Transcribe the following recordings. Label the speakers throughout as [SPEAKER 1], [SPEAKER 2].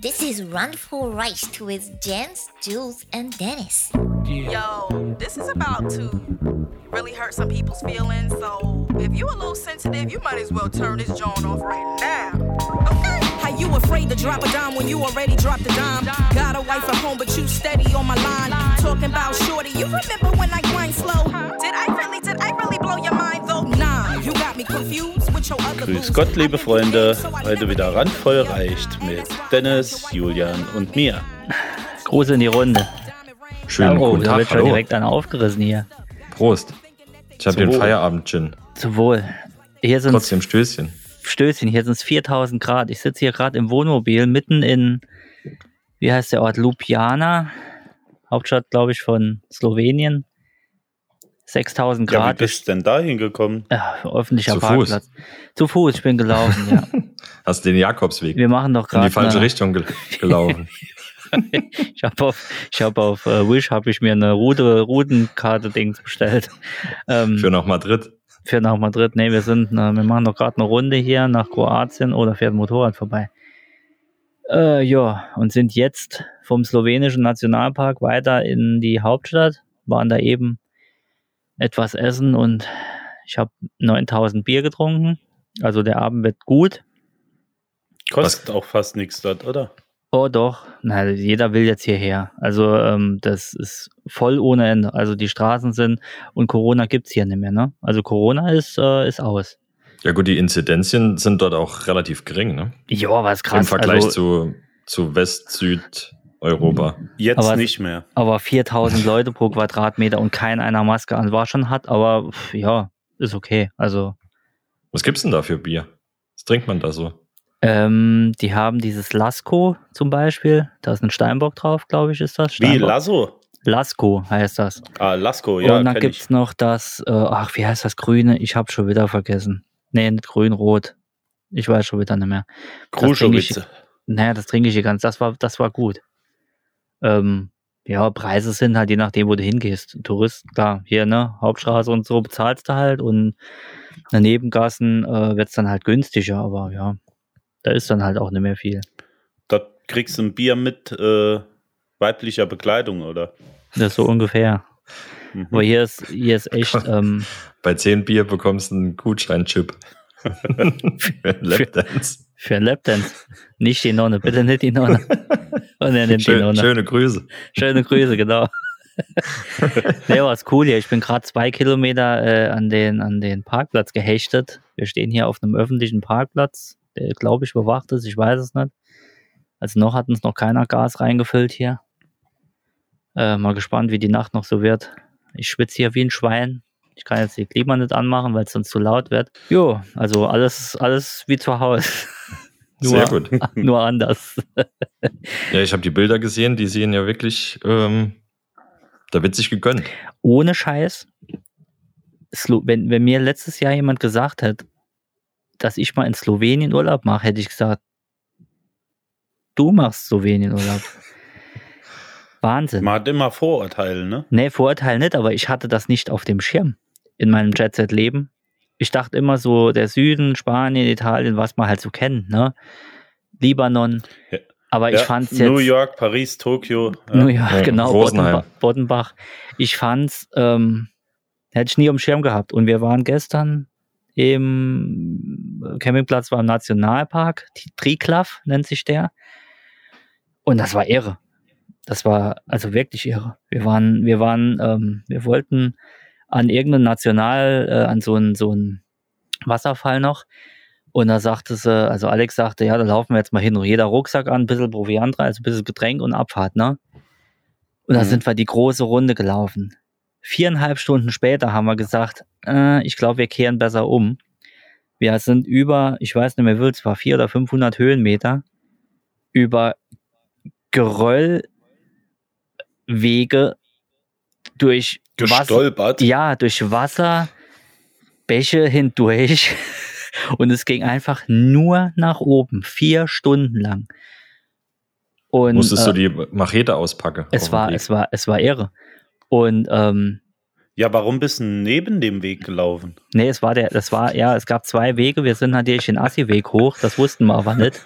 [SPEAKER 1] This is Run for Rice with Jens, Jules, and Dennis.
[SPEAKER 2] Yo, this is about to really hurt some people's feelings. So if you a little sensitive, you might as well turn this joint off right now. Okay.
[SPEAKER 3] How you afraid to drop a dime when you already dropped a dime? Got a wife at home, but you steady on my line. Talking about shorty, you remember when I grind slow?
[SPEAKER 2] Did I really, did I really blow your mind though?
[SPEAKER 3] Nah, you got me confused with your other
[SPEAKER 4] Grüß
[SPEAKER 3] moves.
[SPEAKER 4] Gott, liebe Freunde. Heute wieder randvoll reicht mit Dennis, Julian und mir.
[SPEAKER 5] Gruß in die Runde.
[SPEAKER 6] Schönen
[SPEAKER 5] oh,
[SPEAKER 6] guten
[SPEAKER 5] da
[SPEAKER 6] Tag,
[SPEAKER 5] wird schon
[SPEAKER 6] hallo.
[SPEAKER 5] direkt an aufgerissen hier.
[SPEAKER 6] Prost. Ich habe
[SPEAKER 4] Zum
[SPEAKER 6] den
[SPEAKER 4] Wohl.
[SPEAKER 6] Feierabend-Gin.
[SPEAKER 5] Zum Wohl. Hier sind
[SPEAKER 6] Trotzdem Stößchen.
[SPEAKER 5] Stößchen, hier sind es 4000 Grad. Ich sitze hier gerade im Wohnmobil mitten in, wie heißt der Ort, Ljubljana, Hauptstadt, glaube ich, von Slowenien. 6000
[SPEAKER 4] Ja, wie
[SPEAKER 5] Grad,
[SPEAKER 4] bist du denn da hingekommen?
[SPEAKER 5] ja, öffentlicher
[SPEAKER 6] Zu Fuß.
[SPEAKER 5] Parkplatz. Zu Fuß, ich bin gelaufen, ja.
[SPEAKER 6] Hast den Jakobsweg
[SPEAKER 5] Wir machen doch
[SPEAKER 6] in
[SPEAKER 5] gerade
[SPEAKER 6] die falsche
[SPEAKER 5] eine-
[SPEAKER 6] Richtung gel gelaufen.
[SPEAKER 5] Ich habe auf, ich hab auf äh, Wish habe ich mir eine Route, Routenkarte Dings bestellt. Ähm,
[SPEAKER 6] Für nach Madrid.
[SPEAKER 5] fährt nach Madrid. Nee, wir sind, na, wir machen doch gerade eine Runde hier nach Kroatien oder fährt ein Motorrad vorbei. Äh, ja, und sind jetzt vom slowenischen Nationalpark weiter in die Hauptstadt, waren da eben etwas essen und ich habe 9000 Bier getrunken. Also der Abend wird gut.
[SPEAKER 4] Kostet auch fast nichts dort, oder?
[SPEAKER 5] Oh doch, na, jeder will jetzt hierher. Also ähm, das ist voll ohne Ende. Also die Straßen sind und Corona gibt's hier nicht mehr. Ne? Also Corona ist, äh, ist aus.
[SPEAKER 6] Ja gut, die Inzidenzien sind dort auch relativ gering, ne?
[SPEAKER 5] Ja, was krass.
[SPEAKER 6] Im Vergleich
[SPEAKER 5] also,
[SPEAKER 6] zu, zu West-Südeuropa.
[SPEAKER 4] Jetzt
[SPEAKER 5] Aber-
[SPEAKER 4] nicht mehr.
[SPEAKER 5] Aber 4000 Leute pro Quadratmeter und kein einer Maske an. War schon hart, aber pff, ja, ist okay. Also,
[SPEAKER 6] Was gibt's denn da für Bier? Was trinkt man da so?
[SPEAKER 5] ähm, die haben dieses Lasko zum Beispiel. Da ist ein Steinbock drauf, glaube ich, ist das.
[SPEAKER 4] Wie,
[SPEAKER 5] Steinbock?
[SPEAKER 4] Lasso?
[SPEAKER 5] Lasko heißt das.
[SPEAKER 4] Ah, Lasko, ja,
[SPEAKER 5] und dann
[SPEAKER 4] kenn
[SPEAKER 5] Oh, gibt's
[SPEAKER 4] ich.
[SPEAKER 5] noch das, äh, ach, wie heißt das Grüne? Ich habe schon wieder vergessen. Nee, nicht grün, rot. Ich weiß schon wieder nicht mehr.
[SPEAKER 4] Kruschowitze.
[SPEAKER 5] Naja, das trinke ich hier ganz. Das war, das war gut. Ähm, ja, Preise sind halt je nachdem, wo du hingehst. Tourist, klar, hier, ne, Hauptstraße und so bezahlst du halt und daneben Gassen äh, wird's dann halt günstiger, aber ja, da ist dann halt auch nicht mehr viel.
[SPEAKER 4] Dort kriegst du ein Bier mit äh, weiblicher Bekleidung, oder?
[SPEAKER 5] Das ist so ungefähr.
[SPEAKER 4] Mhm.
[SPEAKER 5] Aber hier ist, hier ist echt, ähm,
[SPEAKER 6] Bei 10 Bier bekommst du einen Gutscheinchip. für einen Lapdance.
[SPEAKER 5] für einen Lapdance. Nicht die Nonne, bitte nicht die Nonne. Und er nimmt die
[SPEAKER 6] Schön,
[SPEAKER 5] Nonne.
[SPEAKER 6] schöne Grüße.
[SPEAKER 5] Schöne Grüße, genau. nee, war cool hier. Ich bin gerade zwei Kilometer äh, an, den, an den Parkplatz gehechtet. Wir stehen hier auf einem öffentlichen Parkplatz, der, glaube ich, bewacht ist. Ich weiß es nicht. Also noch hat uns noch keiner Gas reingefüllt hier. Äh, mal gespannt, wie die Nacht noch so wird. Ich schwitze hier wie ein Schwein. Ich kann jetzt die Klima nicht anmachen, weil es sonst zu laut wird. Jo, also alles, alles wie zu Hause.
[SPEAKER 6] Sehr gut.
[SPEAKER 5] Nur anders.
[SPEAKER 6] Ja, ich habe die Bilder gesehen, die sehen ja wirklich, ähm, da wird sich gegönnt.
[SPEAKER 5] ohne Scheiß, Slo wenn, wenn mir letztes Jahr jemand gesagt hätte, dass ich mal in Slowenien Urlaub mache, hätte ich gesagt, du machst Slowenien Urlaub. Wahnsinn.
[SPEAKER 4] Man hat immer Vorurteile, ne?
[SPEAKER 5] Nee, Vorurteil nicht, aber ich hatte das nicht auf dem Schirm in meinem Jet-Set-Leben. Ich dachte immer so, der Süden, Spanien, Italien, was man halt so kennt, ne? Libanon.
[SPEAKER 4] Ja.
[SPEAKER 5] Aber ich
[SPEAKER 4] Ja,
[SPEAKER 5] fand's jetzt.
[SPEAKER 4] New York, Paris, Tokio.
[SPEAKER 5] New
[SPEAKER 4] ja.
[SPEAKER 5] York,
[SPEAKER 6] Ja,
[SPEAKER 5] genau,
[SPEAKER 6] Rosenheim.
[SPEAKER 5] Boddenbach, Boddenbach. Ich fand's, ähm, hätte ich nie auf dem Schirm gehabt. Und wir waren gestern im Campingplatz, war im Nationalpark, T- Triglav nennt sich der. Und das war irre. Das war also wirklich irre. Wir waren, wir waren, ähm, wir wollten an irgendeinen National, äh, an so einen, so einen Wasserfall noch. Und da sagte sie, also Alex sagte, ja, da laufen wir jetzt mal hin. Und Jeder Rucksack an, ein bisschen Proviant rein, also ein bisschen Getränk und Abfahrt, ne? Und da
[SPEAKER 4] Mhm.
[SPEAKER 5] sind wir die große Runde gelaufen. Viereinhalb Stunden später haben wir gesagt, äh, ich glaube, wir kehren besser um. Wir sind über, ich weiß nicht mehr, wie viel es war, vier oder 500 Höhenmeter über Geröllwege durch Wasser,
[SPEAKER 4] Gestolpert.
[SPEAKER 5] ja, durch Wasser, Bäche hindurch. Und es ging einfach nur nach oben, vier Stunden lang. Und,
[SPEAKER 6] Musstest
[SPEAKER 5] äh,
[SPEAKER 6] du die Machete auspacken? auf
[SPEAKER 5] es
[SPEAKER 6] dem
[SPEAKER 5] war,
[SPEAKER 6] Weg?
[SPEAKER 5] es war, es war irre. Und ähm,
[SPEAKER 4] Ja, warum bist du neben dem Weg gelaufen?
[SPEAKER 5] nee, es war der, das war, ja, es gab zwei Wege. Wir sind natürlich den Assi-Weg hoch, das wussten wir aber nicht.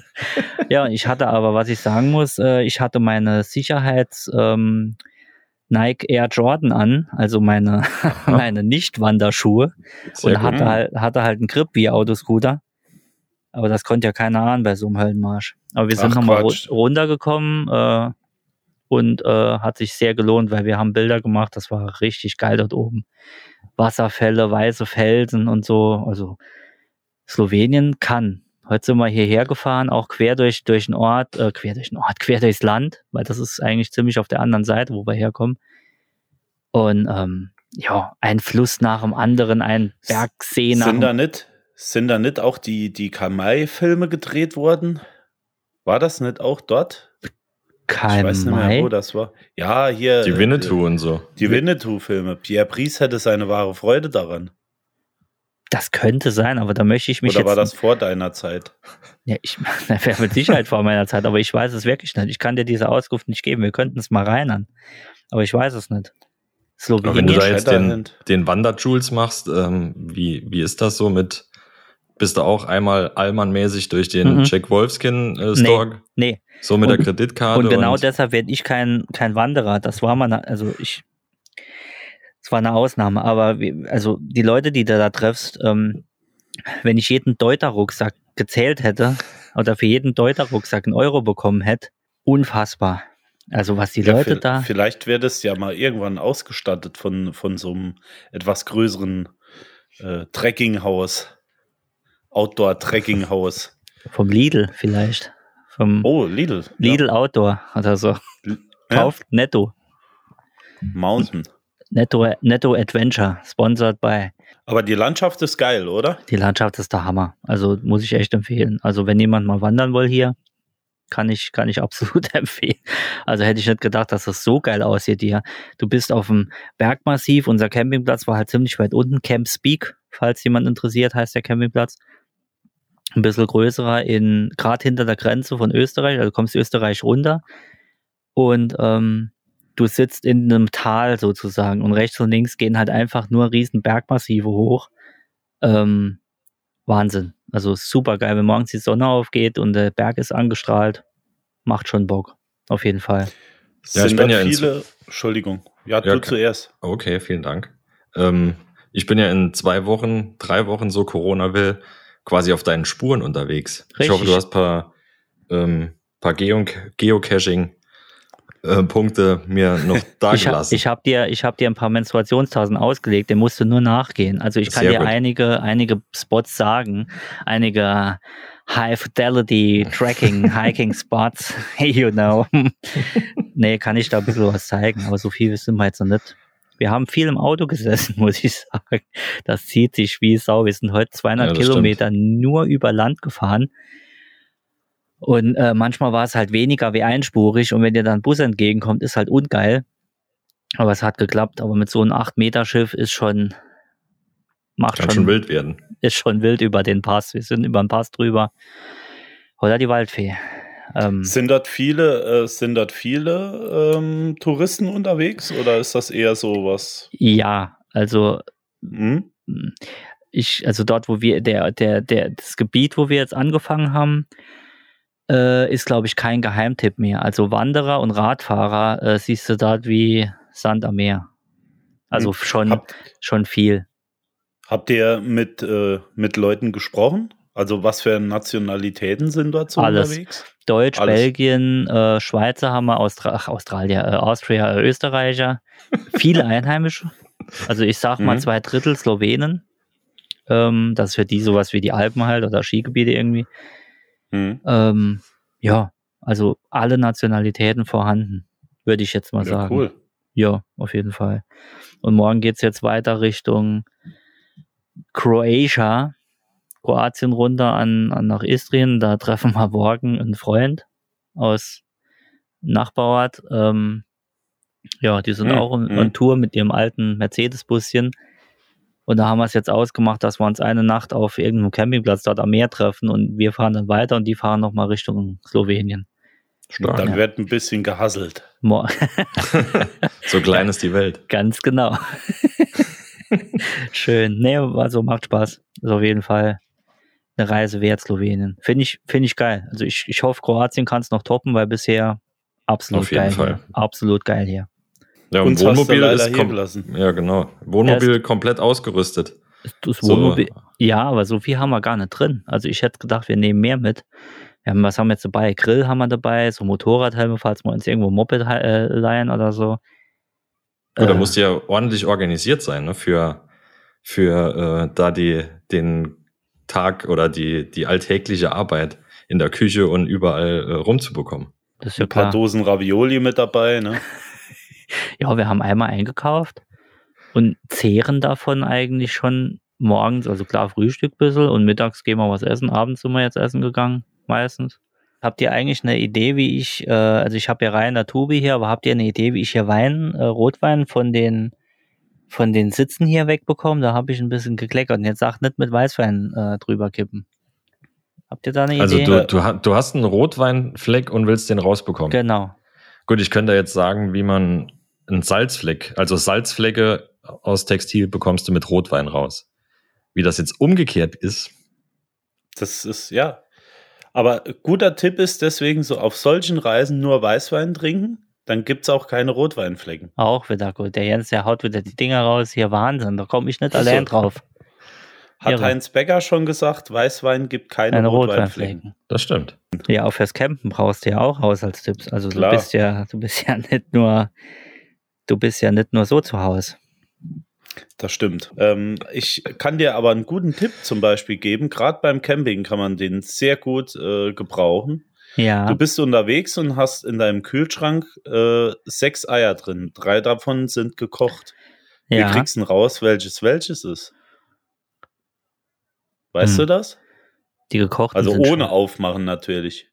[SPEAKER 5] ja, und ich hatte aber, was ich sagen muss, äh, ich hatte meine Sicherheits ähm, Nike Air Jordan an, also meine, meine Nicht-Wanderschuhe
[SPEAKER 6] Sehr
[SPEAKER 5] und hatte halt, hatte halt einen Grip wie Autoscooter. Aber das konnte ja keiner ahnen bei so einem Höllenmarsch. Aber wir sind
[SPEAKER 4] Ach,
[SPEAKER 5] nochmal ru
[SPEAKER 4] Quatsch.
[SPEAKER 5] runtergekommen äh, und äh, hat sich sehr gelohnt, weil wir haben Bilder gemacht, das war richtig geil dort oben. Wasserfälle, weiße Felsen und so. Also Slowenien kann. Heute sind wir hierher gefahren, auch quer durch, durch den Ort, äh, quer durch den Ort, quer durchs Land, weil das ist eigentlich ziemlich auf der anderen Seite, wo wir herkommen. Und ähm, ja, ein Fluss nach dem anderen, ein Bergsee nach
[SPEAKER 4] Sind
[SPEAKER 5] dem
[SPEAKER 4] da nicht, sind da nicht auch die, die Kamai-Filme gedreht worden? War das nicht auch dort?
[SPEAKER 5] Karl
[SPEAKER 4] ich weiß nicht
[SPEAKER 5] May.
[SPEAKER 4] mehr, wo das war. Ja, hier.
[SPEAKER 6] Die
[SPEAKER 4] äh,
[SPEAKER 6] Winnetou und so.
[SPEAKER 4] Die Winnetou-Filme. Pierre Pries hätte seine wahre Freude daran.
[SPEAKER 5] Das könnte sein, aber da möchte ich mich
[SPEAKER 4] Oder
[SPEAKER 5] jetzt.
[SPEAKER 4] war das vor deiner Zeit?
[SPEAKER 5] ja, ich, das wäre mit Sicherheit vor meiner Zeit, aber ich weiß es wirklich nicht. Ich kann dir diese Auskunft nicht geben. Wir könnten es mal reinern. Aber ich weiß es nicht.
[SPEAKER 4] Aber
[SPEAKER 6] Wenn du
[SPEAKER 5] Slowenien.
[SPEAKER 6] da jetzt den,
[SPEAKER 4] Shatterhand.
[SPEAKER 6] den Wander-Jules machst, ähm, wie, wie ist das so mit, bist du auch einmal allmannmäßig durch den
[SPEAKER 5] Mhm.
[SPEAKER 6] Jack Wolfskin-Store,
[SPEAKER 5] Nee.
[SPEAKER 6] so mit der
[SPEAKER 5] Und-
[SPEAKER 6] Kreditkarte?
[SPEAKER 5] Und genau deshalb werde ich kein, kein Wanderer. Das war mal, eine- also ich. Es war eine Ausnahme, aber wie, also die Leute, die du da treffst, ähm, wenn ich jeden Deuter-Rucksack gezählt hätte oder für jeden Deuter-Rucksack einen Euro bekommen hätte, unfassbar. Also was die
[SPEAKER 4] Ja,
[SPEAKER 5] Leute
[SPEAKER 4] vi-
[SPEAKER 5] da.
[SPEAKER 4] Vielleicht wird es ja mal irgendwann ausgestattet von, von so einem etwas größeren äh, Trekkinghaus. Outdoor-Trekkinghaus.
[SPEAKER 5] Vom Lidl vielleicht. Vom
[SPEAKER 4] Oh, Lidl.
[SPEAKER 5] Lidl Outdoor oder so.
[SPEAKER 4] Ja.
[SPEAKER 5] Kauft netto.
[SPEAKER 4] Ja, Mountain.
[SPEAKER 5] Netto. Netto Adventure. Sponsored by.
[SPEAKER 4] Aber die Landschaft ist geil, oder?
[SPEAKER 5] Die Landschaft ist der Hammer. Also muss ich echt empfehlen. Also wenn jemand mal wandern will hier, kann ich, kann ich absolut empfehlen. Also hätte ich nicht gedacht, dass das so geil aussieht hier. Du bist auf dem Bergmassiv. Unser Campingplatz war halt ziemlich weit unten. Camp Speak, falls jemand interessiert, heißt der Campingplatz. Ein bisschen größerer, in gerade hinter der Grenze von Österreich. Also kommst Österreich runter. Und ähm, du sitzt in einem Tal sozusagen. Und rechts und links gehen halt einfach nur riesen Bergmassive hoch. Ähm, Wahnsinn. Also super geil, wenn morgens die Sonne aufgeht und der Berg ist angestrahlt. Macht schon Bock. Auf jeden Fall.
[SPEAKER 6] Ja, ich
[SPEAKER 4] Sind
[SPEAKER 6] bin
[SPEAKER 4] dort
[SPEAKER 6] ja ins-
[SPEAKER 4] viele. Entschuldigung. Ja, du
[SPEAKER 6] kein-
[SPEAKER 4] zuerst.
[SPEAKER 6] Okay, vielen Dank. Ähm, ich bin ja in zwei Wochen, drei Wochen, so Corona will, quasi auf deinen Spuren unterwegs.
[SPEAKER 5] Richtig.
[SPEAKER 6] Ich hoffe, du hast paar, ähm, paar Geo Geocaching-Punkte mir noch
[SPEAKER 5] ich habe
[SPEAKER 6] dargelassen.
[SPEAKER 5] ich hab dir, ich hab dir ein paar Menstruationstasen ausgelegt, den musst du nur nachgehen. Also ich kann
[SPEAKER 6] Sehr
[SPEAKER 5] dir
[SPEAKER 6] gut.
[SPEAKER 5] einige, einige Spots sagen, einige High Fidelity Tracking, Hiking Spots, you know. nee, kann ich da ein bisschen was zeigen, aber so viel sind wir jetzt noch nicht. Wir haben viel im Auto gesessen, muss ich sagen. Das zieht sich wie Sau. Wir sind heute 200
[SPEAKER 6] Ja, das
[SPEAKER 5] Kilometer nur über Land gefahren. Und äh, manchmal war es halt weniger wie einspurig und wenn dir dann ein Bus entgegenkommt, ist halt ungeil. Aber es hat geklappt. Aber mit so einem 8-Meter-Schiff ist schon, macht
[SPEAKER 6] Kann
[SPEAKER 5] schon,
[SPEAKER 6] schon wild werden.
[SPEAKER 5] ist schon wild über den Pass. Wir sind über den Pass drüber. Oder die Waldfee. Ähm,
[SPEAKER 6] Hm.
[SPEAKER 4] Sind dort viele, äh, sind dort viele ähm, Touristen unterwegs oder ist das eher so was?
[SPEAKER 5] ja, also
[SPEAKER 4] Hm?
[SPEAKER 5] ich, also dort, wo wir, der, der, der, das Gebiet, wo wir jetzt angefangen haben, äh, ist, glaube ich, kein Geheimtipp mehr. Also Wanderer und Radfahrer äh, siehst du dort wie Sand am Meer. Also
[SPEAKER 6] Ähm.
[SPEAKER 5] schon,
[SPEAKER 4] Habt,
[SPEAKER 5] schon viel.
[SPEAKER 4] habt ihr mit, äh, mit Leuten gesprochen? Also was für Nationalitäten sind dort so
[SPEAKER 5] Alles.
[SPEAKER 4] unterwegs?
[SPEAKER 5] Deutsch,
[SPEAKER 4] Alles.
[SPEAKER 5] Belgien, äh, Schweizer haben wir, Austra ach, Australier, äh, Austria, äh, Österreicher, viele Einheimische. Also ich sag mal
[SPEAKER 4] Mhm.
[SPEAKER 5] zwei Drittel Slowenen. Ähm, das ist für die sowas wie die Alpen halt oder Skigebiete irgendwie.
[SPEAKER 4] Hm?
[SPEAKER 5] Ähm, ja, also alle Nationalitäten vorhanden, würde ich jetzt mal
[SPEAKER 4] Ja,
[SPEAKER 5] sagen.
[SPEAKER 4] cool.
[SPEAKER 5] Ja, auf jeden Fall. Und morgen geht's jetzt weiter Richtung Croatia, Kroatien runter an, an nach Istrien. Da treffen wir morgen einen Freund aus Nachbarort. Ähm, ja, die sind
[SPEAKER 4] Hm,
[SPEAKER 5] auch on,
[SPEAKER 4] hm.
[SPEAKER 5] on Tour mit ihrem alten Mercedes-Buschen. Und da haben wir es jetzt ausgemacht, dass wir uns eine Nacht auf irgendeinem Campingplatz dort am Meer treffen und wir fahren dann weiter und die fahren nochmal Richtung Slowenien.
[SPEAKER 6] Stark.
[SPEAKER 4] Dann
[SPEAKER 5] Ja.
[SPEAKER 4] wird ein bisschen gehasselt.
[SPEAKER 5] Mor
[SPEAKER 6] So klein ist die Welt.
[SPEAKER 5] Ganz genau. Schön. Nee, also macht Spaß. Ist auf jeden Fall eine Reise wert, Slowenien. Finde ich, finde ich geil. Also ich, ich hoffe, Kroatien kann es noch toppen, weil bisher absolut
[SPEAKER 6] Auf jeden
[SPEAKER 5] geil.
[SPEAKER 6] Fall.
[SPEAKER 5] Absolut geil hier.
[SPEAKER 6] Ja, und
[SPEAKER 4] Uns hast du
[SPEAKER 6] Wohnmobil
[SPEAKER 4] leider
[SPEAKER 6] ist
[SPEAKER 4] hier
[SPEAKER 6] kom-
[SPEAKER 4] gelassen.
[SPEAKER 6] Ja, genau. Wohnmobil komplett ausgerüstet.
[SPEAKER 5] Das
[SPEAKER 6] So.
[SPEAKER 5] Wohnmobil. Ja, aber so viel haben wir gar nicht drin. Also ich hätte gedacht, wir nehmen mehr mit. Wir haben, was haben wir jetzt dabei? Grill haben wir dabei, so Motorrad haben wir, falls wir uns irgendwo ein Moped äh, leihen oder so.
[SPEAKER 6] Gut, da
[SPEAKER 5] Äh,
[SPEAKER 6] musst du ja ordentlich organisiert sein, ne? Für, für äh, da die, den Tag oder die, die alltägliche Arbeit in der Küche und überall äh, rumzubekommen.
[SPEAKER 5] das ist ja
[SPEAKER 4] Ein paar
[SPEAKER 5] klar.
[SPEAKER 4] Dosen Ravioli mit dabei, ne?
[SPEAKER 5] Ja, wir haben einmal eingekauft und zehren davon eigentlich schon morgens, also klar Frühstück ein bisschen und mittags gehen wir was essen, abends sind wir jetzt essen gegangen, meistens. Habt ihr eigentlich eine Idee, wie ich, äh, also ich habe ja Rhein der Tube hier, aber habt ihr eine Idee, wie ich hier Wein, äh, Rotwein von den von den Sitzen hier wegbekomme? Da habe ich ein bisschen gekleckert und jetzt sagt nicht mit Weißwein äh, drüber kippen. Habt ihr da eine
[SPEAKER 6] Also
[SPEAKER 5] Idee?
[SPEAKER 6] du, du, ha- du hast einen Rotweinfleck und willst den rausbekommen.
[SPEAKER 5] genau.
[SPEAKER 6] Gut, ich könnte jetzt sagen, wie man einen Salzfleck, also Salzflecke aus Textil bekommst du mit Rotwein raus. Wie das jetzt umgekehrt ist,
[SPEAKER 4] Das ist, ja. Aber guter Tipp ist deswegen so auf solchen Reisen nur Weißwein trinken, dann gibt es auch keine Rotweinflecken.
[SPEAKER 5] Auch wieder gut. Der Jens, der haut wieder die Dinger raus. Hier Wahnsinn, da komme ich nicht
[SPEAKER 4] Ach so.
[SPEAKER 5] allein drauf.
[SPEAKER 4] Hat
[SPEAKER 5] Irre.
[SPEAKER 4] Heinz Becker schon gesagt, Weißwein gibt keine,
[SPEAKER 5] Eine
[SPEAKER 4] Rotweinflecken.
[SPEAKER 5] Rotweinflecken.
[SPEAKER 6] das stimmt.
[SPEAKER 5] Ja, auch fürs Campen brauchst du ja auch Haushaltstipps. Also
[SPEAKER 4] Klar.
[SPEAKER 5] du bist ja, du bist ja nicht nur, du bist ja nicht nur so zu Hause.
[SPEAKER 4] Das stimmt. Ähm, ich kann dir aber einen guten Tipp zum Beispiel geben. Gerade beim Camping kann man den sehr gut äh, gebrauchen. Du
[SPEAKER 5] Ja,
[SPEAKER 4] bist unterwegs und hast in deinem Kühlschrank äh, sechs Eier drin. Drei davon sind gekocht. Wie
[SPEAKER 5] ja.
[SPEAKER 4] kriegst du denn raus, welches welches ist? Weißt
[SPEAKER 5] Hm.
[SPEAKER 4] du das?
[SPEAKER 5] Die gekochten
[SPEAKER 4] Also
[SPEAKER 5] sind
[SPEAKER 4] ohne
[SPEAKER 5] schon,
[SPEAKER 4] aufmachen natürlich.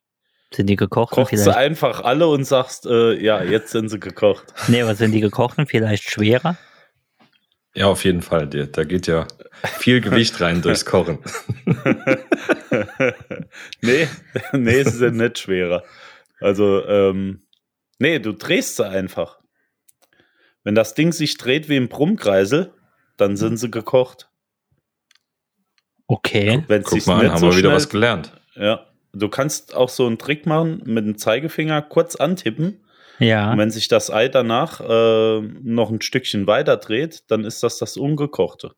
[SPEAKER 5] sind die gekochten
[SPEAKER 4] Kochst du
[SPEAKER 5] vielleicht?
[SPEAKER 4] einfach alle und sagst, äh, ja, jetzt sind sie gekocht.
[SPEAKER 5] Nee, aber sind die gekochten vielleicht schwerer?
[SPEAKER 6] Ja, auf jeden Fall. dir- Da geht ja viel Gewicht rein durchs Kochen.
[SPEAKER 4] nee, nee, sie sind nicht schwerer. Also, ähm, nee, du drehst sie einfach. Wenn das Ding sich dreht wie ein Brummkreisel, dann sind sie gekocht.
[SPEAKER 5] Okay.
[SPEAKER 4] Wenn es
[SPEAKER 6] Guck
[SPEAKER 4] sich
[SPEAKER 6] mal
[SPEAKER 4] nicht
[SPEAKER 6] an, haben
[SPEAKER 4] so
[SPEAKER 6] wir wieder
[SPEAKER 4] schnell,
[SPEAKER 6] was gelernt.
[SPEAKER 4] Ja. Du kannst auch so einen Trick machen, mit dem Zeigefinger kurz antippen.
[SPEAKER 5] Ja.
[SPEAKER 4] Und wenn sich das Ei danach äh, noch ein Stückchen weiter dreht, dann ist das das Ungekochte.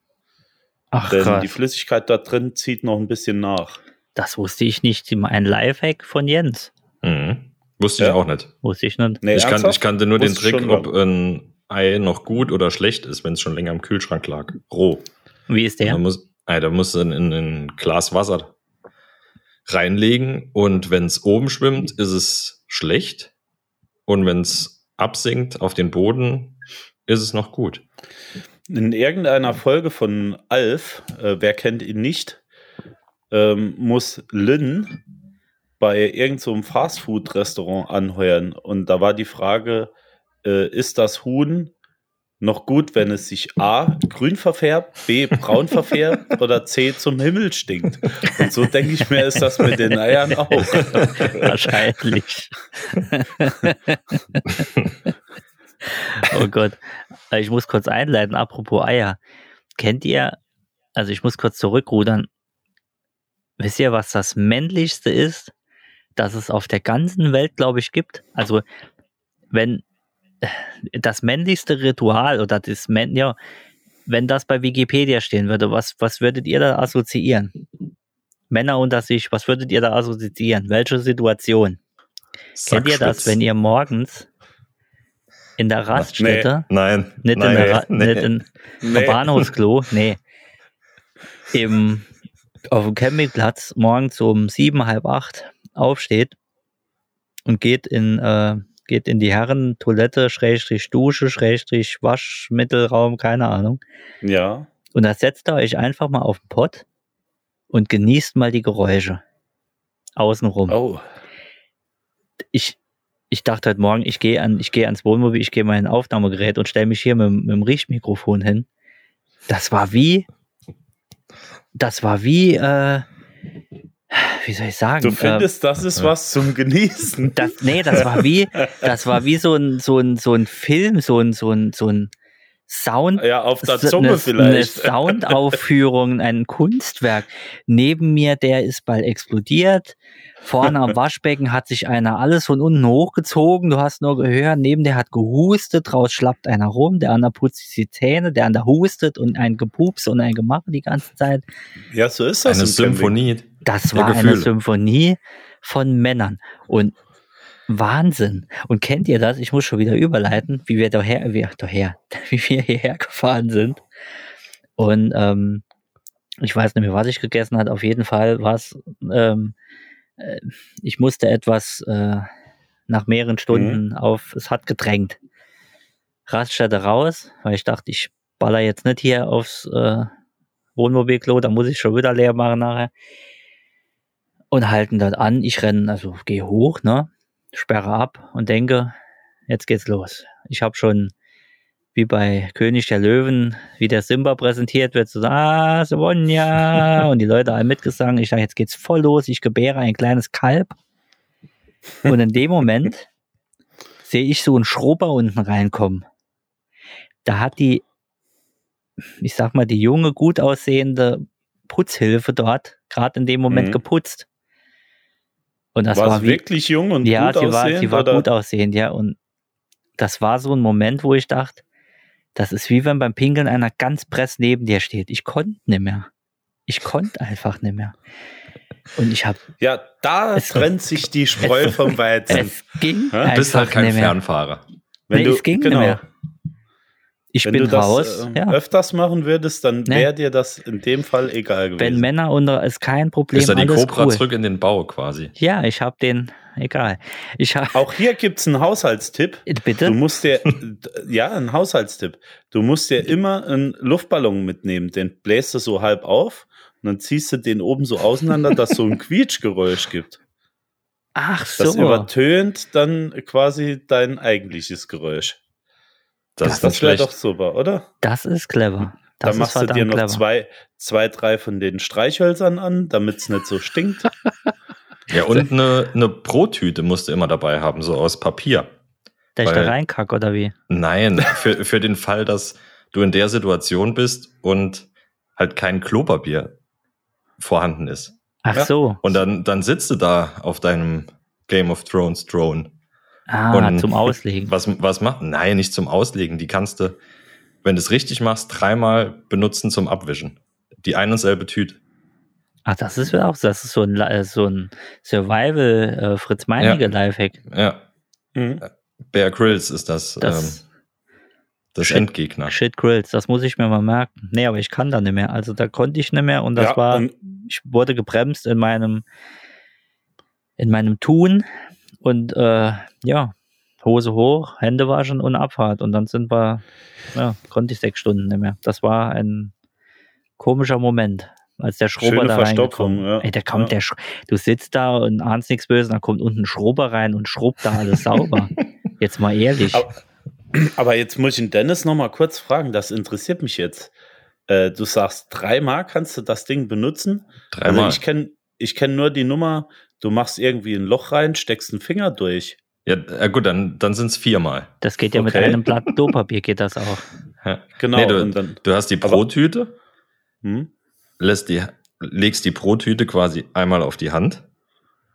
[SPEAKER 5] Ach
[SPEAKER 4] Denn die
[SPEAKER 5] krass.
[SPEAKER 4] Flüssigkeit da drin zieht noch ein bisschen nach.
[SPEAKER 5] Das wusste ich nicht. Ein Lifehack von Jens.
[SPEAKER 6] Mhm. Wusste ich
[SPEAKER 4] Ja.
[SPEAKER 6] auch nicht.
[SPEAKER 5] Wusste ich nicht.
[SPEAKER 4] Nee,
[SPEAKER 6] ich, kann,
[SPEAKER 4] ernsthaft?
[SPEAKER 6] ich kannte nur den
[SPEAKER 4] Wusste
[SPEAKER 6] Trick,
[SPEAKER 4] schon
[SPEAKER 6] ob ein Ei noch gut oder schlecht ist, wenn es schon länger im Kühlschrank lag. Roh.
[SPEAKER 5] Wie ist
[SPEAKER 6] Da
[SPEAKER 5] der?
[SPEAKER 6] muss, ah, da muss in, in ein Glas Wasser reinlegen und wenn es oben schwimmt, ist es schlecht und wenn es absinkt auf den Boden, ist es noch gut.
[SPEAKER 4] In irgendeiner Folge von Alf, äh, wer kennt ihn nicht, ähm, muss Lynn bei irgendeinem so einem Fastfood-Restaurant anheuern. Und da war die Frage, äh, ist das Huhn noch gut, wenn es sich A, grün verfärbt, B, braun verfärbt oder C, zum Himmel stinkt? Und so denke ich mir, ist das mit den Eiern auch.
[SPEAKER 5] Wahrscheinlich. oh Gott. Ich muss kurz einleiten, apropos Eier. Kennt ihr, also ich muss kurz zurückrudern. Wisst ihr, was das männlichste ist, das es auf der ganzen Welt, glaube ich, gibt? Also, wenn das männlichste Ritual oder das Männ, ja, wenn das bei Wikipedia stehen würde, was, was würdet ihr da assoziieren? Männer unter sich, was würdet ihr da assoziieren? Welche Situation? Kennt ihr das,
[SPEAKER 6] Sackschwitz.
[SPEAKER 5] wenn ihr morgens in der Raststätte,
[SPEAKER 6] Nein,
[SPEAKER 5] nicht,
[SPEAKER 6] nein,
[SPEAKER 5] in der Ra
[SPEAKER 6] nee.
[SPEAKER 5] nicht in am Bahnhofsklo, nee, im, auf dem Campingplatz morgens um sieben, halb acht aufsteht und geht in, äh, geht in die Herrentoilette, Schrägstrich Dusche, Schrägstrich Waschmittelraum, keine Ahnung.
[SPEAKER 4] Ja,
[SPEAKER 5] Und da setzt ihr euch einfach mal auf den Pott und genießt mal die Geräusche außenrum.
[SPEAKER 4] oh,
[SPEAKER 5] ich, ich dachte heute Morgen, ich gehe an, ich gehe ans Wohnmobil, ich gehe mal in ein Aufnahmegerät und stelle mich hier mit, dem- mit dem Riechmikrofon hin. Das war wie, das war wie, äh, wie soll ich sagen? äh,
[SPEAKER 4] du findest, das ist was zum Genießen.
[SPEAKER 5] ähm, das, nee, das war wie, das war wie so ein, so ein, so ein Film, so ein, so ein, so ein, Sound.
[SPEAKER 4] Ja, auf der
[SPEAKER 5] so
[SPEAKER 4] Zunge
[SPEAKER 5] eine,
[SPEAKER 4] vielleicht.
[SPEAKER 5] Eine Soundaufführung, ein Kunstwerk. Neben mir, der ist bald explodiert. Vorne am Waschbecken hat sich einer alles von unten hochgezogen. Du hast nur gehört, neben der hat gehustet, raus schlappt einer rum, der andere putzt sich die Zähne, der andere hustet und ein Gepups und ein Gemache die ganze Zeit.
[SPEAKER 4] Ja, so ist das.
[SPEAKER 6] Eine
[SPEAKER 4] im Camping.
[SPEAKER 6] Symphonie.
[SPEAKER 5] Das
[SPEAKER 6] Der
[SPEAKER 5] war eine
[SPEAKER 6] Gefühle.
[SPEAKER 5] Symphonie von Männern. Und Wahnsinn. Und kennt ihr das? Ich muss schon wieder überleiten, wie wir daher, wie, daher, wie wir hierher gefahren sind. Und ähm, ich weiß nicht mehr, was ich gegessen hat. Auf jeden Fall war es, ähm, äh, ich musste etwas äh, nach mehreren Stunden auf, es hat gedrängt. Raststätte raus, weil ich dachte, ich baller jetzt nicht hier aufs äh, Wohnmobilklo, da muss ich schon wieder leer machen nachher. Und halten dort an. Ich renne, also gehe hoch, ne? Sperre ab und denke, jetzt geht's los. Ich habe schon, wie bei König der Löwen, wie der Simba präsentiert wird, so, ah, Sonja, und die Leute alle mitgesungen. Ich sage, jetzt geht's voll los. Ich gebäre ein kleines Kalb. Und in dem Moment sehe ich so einen Schrubber unten reinkommen. Da hat die, ich sag mal, die junge, gut aussehende Putzhilfe dort gerade in dem Moment
[SPEAKER 4] Mhm.
[SPEAKER 5] geputzt. Und das
[SPEAKER 4] war
[SPEAKER 5] war
[SPEAKER 4] sie
[SPEAKER 5] wie,
[SPEAKER 4] wirklich jung und
[SPEAKER 5] ja,
[SPEAKER 4] gut
[SPEAKER 5] sie war,
[SPEAKER 4] aussehend,
[SPEAKER 5] sie war
[SPEAKER 4] oder?
[SPEAKER 5] gut aussehend, ja. Und das war so ein Moment, wo ich dachte, das ist wie wenn beim Pinkeln einer ganz press neben dir steht. Ich konnte nicht mehr. Ich konnte einfach nicht mehr. Und ich habe,
[SPEAKER 4] Ja, da
[SPEAKER 5] Es-
[SPEAKER 4] trennt sich die Spreu vom Weizen.
[SPEAKER 5] es ging
[SPEAKER 4] Ja,
[SPEAKER 5] einfach
[SPEAKER 6] Du bist halt kein
[SPEAKER 5] nicht mehr.
[SPEAKER 6] Fernfahrer.
[SPEAKER 5] nee, es ging nicht mehr. Ich
[SPEAKER 4] genau, wenn
[SPEAKER 5] bin
[SPEAKER 4] du das
[SPEAKER 5] raus.
[SPEAKER 4] ähm,
[SPEAKER 5] ja.
[SPEAKER 4] öfters machen würdest, dann
[SPEAKER 5] Nee.
[SPEAKER 4] wäre dir das in dem Fall egal gewesen.
[SPEAKER 5] Wenn Männer unter, ist kein Problem.
[SPEAKER 6] Ist ja die
[SPEAKER 5] alles
[SPEAKER 6] Cobra
[SPEAKER 5] cool.
[SPEAKER 6] zurück in den Bau quasi.
[SPEAKER 5] Ja, ich habe den, egal. Ich habe,
[SPEAKER 4] Auch hier gibt es einen Haushaltstipp. Du
[SPEAKER 5] bitte?
[SPEAKER 4] musst dir, ja, ein Haushaltstipp. Du musst dir immer einen Luftballon mitnehmen, den bläst du so halb auf und dann ziehst du den oben so auseinander, dass so ein Quietschgeräusch gibt.
[SPEAKER 5] Ach
[SPEAKER 4] Das
[SPEAKER 5] so.
[SPEAKER 4] übertönt dann quasi dein eigentliches Geräusch.
[SPEAKER 6] Das ist dann
[SPEAKER 4] Das wäre
[SPEAKER 6] schlecht.
[SPEAKER 4] doch super, oder?
[SPEAKER 5] Das ist clever. Das
[SPEAKER 4] Dann
[SPEAKER 5] ist
[SPEAKER 4] machst du dir
[SPEAKER 5] verdammt
[SPEAKER 4] noch
[SPEAKER 5] clever.
[SPEAKER 4] zwei, zwei, drei von den Streichhölzern an, damit es nicht so stinkt.
[SPEAKER 6] Ja, und eine, eine Brottüte musst du immer dabei haben, so aus Papier.
[SPEAKER 5] Dass ich da
[SPEAKER 6] weil-
[SPEAKER 5] reinkacke oder wie?
[SPEAKER 6] Nein, für, für den Fall, dass du in der Situation bist und halt kein Klopapier vorhanden ist.
[SPEAKER 5] Ach
[SPEAKER 4] Ja.
[SPEAKER 5] so.
[SPEAKER 6] Und dann, dann sitzt du da auf deinem Game of Thrones Throne.
[SPEAKER 5] Ah,
[SPEAKER 6] und
[SPEAKER 5] zum Auslegen.
[SPEAKER 6] Was, was macht? Nein, nicht zum Auslegen. Die kannst du, wenn du es richtig machst, dreimal benutzen zum Abwischen. Die ein und selbe Tüte.
[SPEAKER 5] Ach, das ist ja auch, das ist so ein, äh, so ein Survival äh, Fritz Meinige Lifehack.
[SPEAKER 6] Ja.
[SPEAKER 4] Mhm.
[SPEAKER 6] Bear Grylls ist das, ähm,
[SPEAKER 5] Das
[SPEAKER 6] das
[SPEAKER 5] Shit.
[SPEAKER 6] Endgegner.
[SPEAKER 5] Shit Grills, das muss ich mir mal merken. Nee, aber ich kann da nicht mehr. Also da konnte ich nicht mehr und das
[SPEAKER 4] Ja,
[SPEAKER 5] war,
[SPEAKER 4] und-
[SPEAKER 5] ich wurde gebremst in meinem, in meinem Tun und äh, ja, Hose hoch, Hände waschen und Abfahrt und dann sind wir, ja, konnte ich sechs Stunden nicht mehr. Das war ein komischer Moment, als der Schrubber
[SPEAKER 4] Schöne
[SPEAKER 5] da
[SPEAKER 4] Verstopfung,
[SPEAKER 5] reingekommen.
[SPEAKER 4] ja.
[SPEAKER 5] Ey, da kommt
[SPEAKER 4] Ja.
[SPEAKER 5] der, Sch du sitzt da und ahnst nichts Böses, dann kommt unten ein Schrubber rein und schrubbt da alles sauber. Jetzt mal ehrlich.
[SPEAKER 4] Aber- Aber jetzt muss ich den Dennis noch mal kurz fragen, das interessiert mich jetzt. Äh, du sagst, dreimal kannst du das Ding benutzen.
[SPEAKER 6] Dreimal.
[SPEAKER 4] Also ich kenne ich kenn nur die Nummer, du machst irgendwie ein Loch rein, steckst einen Finger durch.
[SPEAKER 6] ja, äh, gut, dann, dann sind es viermal.
[SPEAKER 5] Das geht ja mit
[SPEAKER 4] Okay.
[SPEAKER 5] einem Blatt Klopapier geht das auch.
[SPEAKER 6] Ja.
[SPEAKER 4] Genau,
[SPEAKER 6] Nee, du,
[SPEAKER 4] und dann.
[SPEAKER 6] du hast die
[SPEAKER 4] Aber-
[SPEAKER 6] Brottüte,
[SPEAKER 4] Hm?
[SPEAKER 6] lässt die, legst die Brottüte quasi einmal auf die Hand,